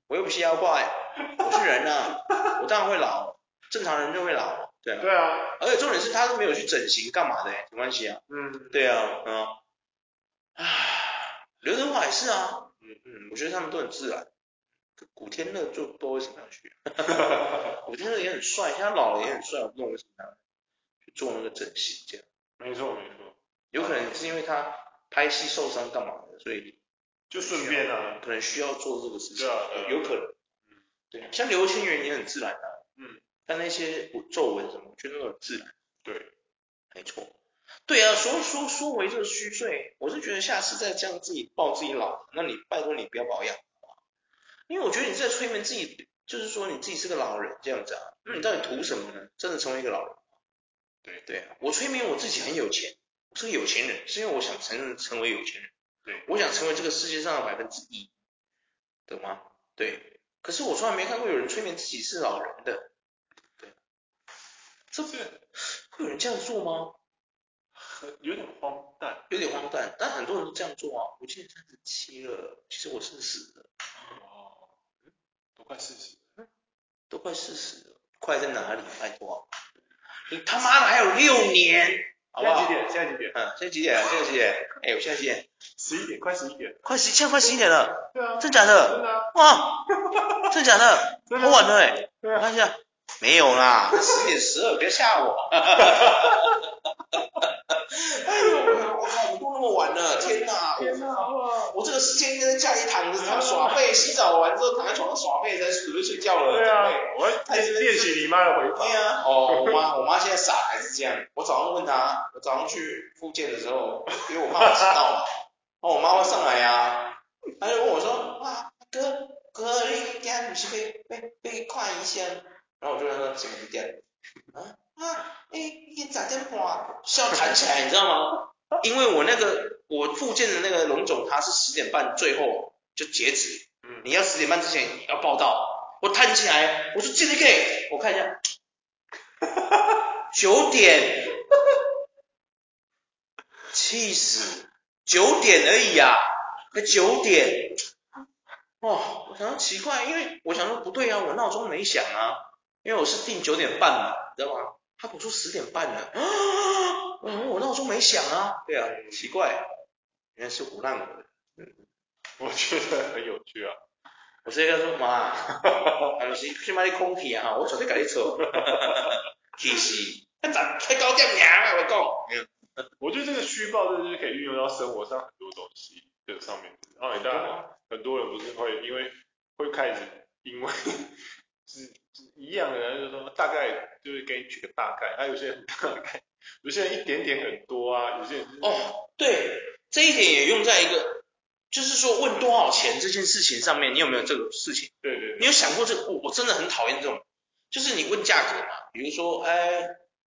[SPEAKER 2] 我又不是妖怪，我是人呐、我当然会老，正常人就会老，对啊。
[SPEAKER 1] 对啊，
[SPEAKER 2] 而且重点是他是没有去整形干嘛的、欸，没关系啊。
[SPEAKER 1] 嗯，
[SPEAKER 2] 对啊，嗯啊。唉刘德华也是啊，嗯嗯，我觉得他们都很自然。古天乐就不知道为什么要去， (laughs) 古天乐也很帅，现在老了也很帅，我不懂为什么他去做那个整形这样。
[SPEAKER 1] 没错没错，
[SPEAKER 2] 有可能是因为他拍戏受伤干嘛的，所以
[SPEAKER 1] 就顺便啊，
[SPEAKER 2] 可能需要做这个事情，
[SPEAKER 1] 对啊对啊
[SPEAKER 2] 有可能。对啊，像刘青云也很自然的、
[SPEAKER 1] 嗯，
[SPEAKER 2] 但那些皱纹什么，我觉得都很自然。
[SPEAKER 1] 对，
[SPEAKER 2] 没错，对啊，说说说回这个虚岁，我是觉得下次再这样自己抱自己老，那你拜托你不要保养，好不好因为我觉得你在催眠自己，就是说你自己是个老人这样子啊，那你到底图什么呢？真的成为一个老人？
[SPEAKER 1] 对
[SPEAKER 2] 对啊，我催眠我自己很有钱，我是个有钱人，是因为我想成成为有钱人，
[SPEAKER 1] 对，
[SPEAKER 2] 我想成为这个世界上的百分之一，懂吗？对，可是我从来没看过有人催眠自己是老人的，对，这不会有人这样做吗？
[SPEAKER 1] 很有点荒诞，
[SPEAKER 2] 有点荒诞，但很多人都这样做啊。我今年三十七了，其实我四十了，
[SPEAKER 1] 哦，都快四十，
[SPEAKER 2] 都快四十了，快在哪里？拜托、啊，你他妈的还有六年，好
[SPEAKER 1] 现
[SPEAKER 2] 不
[SPEAKER 1] 在几
[SPEAKER 2] 好？
[SPEAKER 1] 点？现在几点？
[SPEAKER 2] 嗯，现在几点了？现在几点？哎、我现在几点？
[SPEAKER 1] 十一点，快十一点，
[SPEAKER 2] 快十，现在快十一点了，
[SPEAKER 1] 对啊，
[SPEAKER 2] 真假
[SPEAKER 1] 真
[SPEAKER 2] 的？
[SPEAKER 1] 的啊，
[SPEAKER 2] 哇，真假的？
[SPEAKER 1] (laughs) 真
[SPEAKER 2] 好
[SPEAKER 1] 的啊，
[SPEAKER 2] 晚了哎、
[SPEAKER 1] 对
[SPEAKER 2] 我
[SPEAKER 1] 啊，
[SPEAKER 2] 看一下，没有啦，十点十二，别吓我。 (laughs) 哎呦，我靠，你都那么晚了，天哪！
[SPEAKER 1] 天哪，好不好？
[SPEAKER 2] 我这个时间应该在家里躺着躺耍废，洗澡完之后躺在床上耍废，才准备睡觉了。
[SPEAKER 1] 对啊
[SPEAKER 2] 准备，
[SPEAKER 1] 我要练练习你妈的回
[SPEAKER 2] 对
[SPEAKER 1] 法，
[SPEAKER 2] 啊，哦，我妈，我妈现在傻还是这样。我早上问她，我早上去复健的时候，因为我怕我迟到 (laughs) 嘛，哦，我妈会上来啊，她就问我说，哇，哥哥，你今天不是被被被看医生？然后我就跟她说什么一点？啊啊，哎、你今天咋这么啊是要弹起来，你知道吗？因为我那个我复健的那个龙总，他是十点半最后就截止，
[SPEAKER 1] 嗯
[SPEAKER 2] 你要十点半之前要报到。我弹起来，我说这个给，我看一下，九点，气死！九点而已啊，才九点。哦，我想到奇怪，因为我想说不对啊，我闹钟没响啊，因为我是定九点半嘛，你知道吗？他跟我说十点半了， (gasps) 啊，我想说我闹钟没响啊，对啊，奇怪，原来是胡乱我的。
[SPEAKER 1] 我觉得很有趣啊，
[SPEAKER 2] 我直接跟他说 (laughs) 妈，啊，是去买空气啊，我绝对跟你做。 (laughs) 其实，他咋太高调娘我讲。
[SPEAKER 1] 我觉得这个虚报真的就是可以运用到生活上很多东西这上面。然后你当然
[SPEAKER 2] 啊
[SPEAKER 1] 很多人不是会因为会开始因为 (laughs) 是是一样的人就说大概就是给你举个大概，还、啊有些人大概，有些人一点点很多啊，有些人是
[SPEAKER 2] 哦，对，这一点也用在一个，就是说问多少钱这件事情上面，你有没有这种事情？
[SPEAKER 1] 对对
[SPEAKER 2] 你有想过这个？我我真的很讨厌这种，就是你问价格嘛，比如说，哎，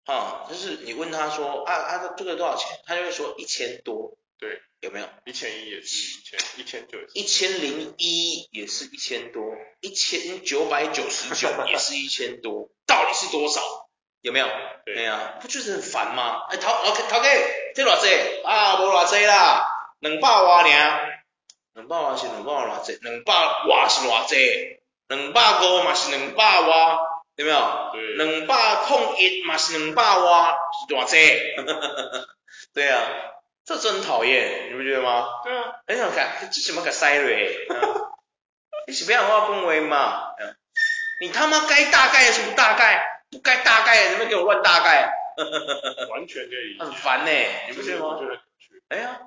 [SPEAKER 2] 啊，就是你问他说，啊啊，这个多少钱？他就会说一千多，
[SPEAKER 1] 对，
[SPEAKER 2] 有没有？
[SPEAKER 1] 一千一也是一千，一千九也是，
[SPEAKER 2] 一千零一也是一千多，一千九百九十
[SPEAKER 1] (laughs)
[SPEAKER 2] 九也是一千多，到底是多少？有没有？
[SPEAKER 1] 对
[SPEAKER 2] 对啊，不就是很烦吗？哎，头头头家，这偌济啊，无偌济啦，两百外尔，两百外是两百偌济，两百外是偌济，两百五嘛是两百外，有没有？
[SPEAKER 1] 对，
[SPEAKER 2] 两百控一嘛是两百外，是偌济？
[SPEAKER 1] (laughs)
[SPEAKER 2] 对啊，这真讨厌，你不觉得吗？
[SPEAKER 1] 对啊，
[SPEAKER 2] 很想看，哎这什么个塞瑞？ (laughs) 嗯你是不要话恭维嘛？嗯你他妈该大概有什么大概？不该大概，你们给我乱大概，
[SPEAKER 1] 完全可以理
[SPEAKER 2] 很
[SPEAKER 1] 解，
[SPEAKER 2] 烦呢、你不
[SPEAKER 1] 就
[SPEAKER 2] 觉
[SPEAKER 1] 是
[SPEAKER 2] 得
[SPEAKER 1] 我
[SPEAKER 2] 吗
[SPEAKER 1] 觉？得
[SPEAKER 2] 哎呀，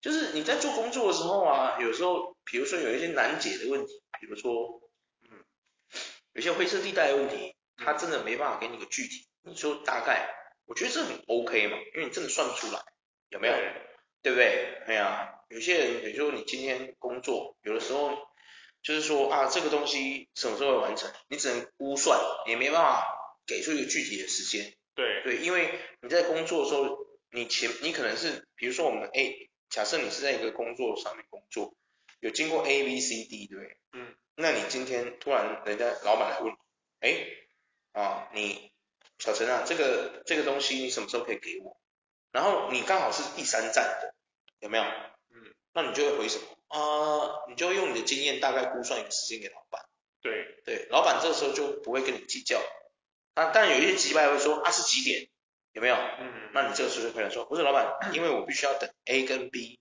[SPEAKER 2] 就是你在做工作的时候啊，有时候比如说有一些难解的问题，比如说，嗯，有些灰色地带的问题，他真的没办法给你个具体，你说大概，我觉得这很 OK 嘛，因为你真的算不出来，有没有？对不对？哎呀，有些人，也就是你今天工作，有的时候就是说啊，这个东西什么时候会完成，你只能估算，也没办法给出一个具体的时间。
[SPEAKER 1] 对
[SPEAKER 2] 对，因为你在工作的时候，你前你可能是，比如说我们 A，假设你是在一个工作上面工作，有经过 A、B、C、D，对不对？
[SPEAKER 1] 嗯。
[SPEAKER 2] 那你今天突然人家老板来问，哎，啊，你小陈啊，这个这个东西你什么时候可以给我？然后你刚好是第三站的，有没有？嗯。那你就会回什么？啊、你就用你的经验大概估算一个时间给老板。
[SPEAKER 1] 对
[SPEAKER 2] 对，老板这个时候就不会跟你计较。啊，但有一些急败会说啊是几点？有没有？
[SPEAKER 1] 嗯
[SPEAKER 2] 那你这个时候就可以说，不是老板，因为我必须要等 A 跟 B，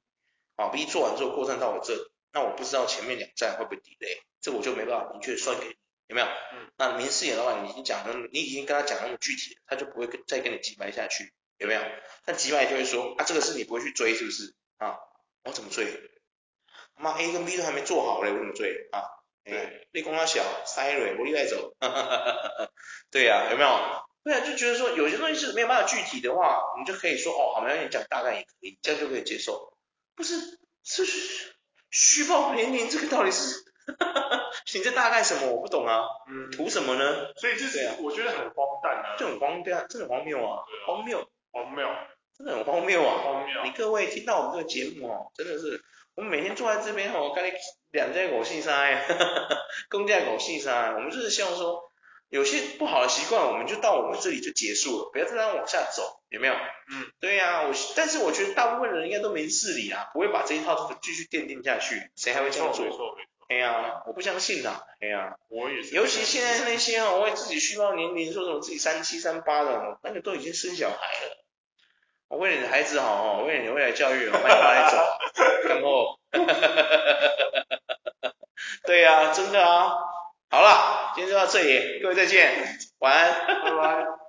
[SPEAKER 2] 啊 B 做完之后过站到我这里，那我不知道前面两站会不会 delay，这我就没办法明确算给你，有没有？
[SPEAKER 1] 嗯
[SPEAKER 2] 那明示眼老板你已经讲那么，你已经跟他讲那么具体了，他就不会跟再跟你急白下去，有没有？那急白就会说啊这个是你不会去追是不是？啊，我怎么追？妈 A 跟 B 都还没做好嘞，我怎么追啊？哎
[SPEAKER 1] 对，
[SPEAKER 2] 立功他小，sorry，我立带走， (laughs) 对呀、有没有？对啊，就觉得说有些东西是没有办法具体的话，你就可以说哦，好，没关系，你讲大概也可以，这样就可以接受。不是，是虚虚报年龄，这个到底是 (laughs) 你在大概什么？我不懂啊，
[SPEAKER 1] 嗯，
[SPEAKER 2] 图什么呢？
[SPEAKER 1] 所以这
[SPEAKER 2] 对
[SPEAKER 1] 是
[SPEAKER 2] 啊
[SPEAKER 1] 我觉得很荒诞啊，
[SPEAKER 2] 就很荒对啊，真的很荒谬啊，荒谬，
[SPEAKER 1] 荒谬，
[SPEAKER 2] 真的很荒谬啊！
[SPEAKER 1] 荒
[SPEAKER 2] 你
[SPEAKER 1] 谬，
[SPEAKER 2] 各位听到我们这个节目哦，真的是，我们每天坐在这边哦，跟你两家狗戏山， (laughs) 公家狗戏山，我们就是希望说，有些不好的习惯，我们就到我们这里就结束了，不要再让它往下走，有没有？
[SPEAKER 1] 嗯，
[SPEAKER 2] 对呀、我但是我觉得大部分人应该都明事理啊，不会把这一套继续奠定下去，谁还会
[SPEAKER 1] 没
[SPEAKER 2] 这
[SPEAKER 1] 错
[SPEAKER 2] 样
[SPEAKER 1] 没
[SPEAKER 2] 做？
[SPEAKER 1] 错没错，
[SPEAKER 2] 哎呀，我不相信呐、哎呀。
[SPEAKER 1] 我也是，
[SPEAKER 2] 尤其现
[SPEAKER 1] (laughs)
[SPEAKER 2] 在那些哦，为自己虚报年龄，说什么自己三七三八的哦，那个都已经生小孩了。我为你的孩子
[SPEAKER 1] (laughs)
[SPEAKER 2] 好哦，为你的未来教育哦，卖瓜来走，然后， (laughs) 对呀、真的啊。好了，今天就到这里，各位再见，晚安。
[SPEAKER 1] 拜拜。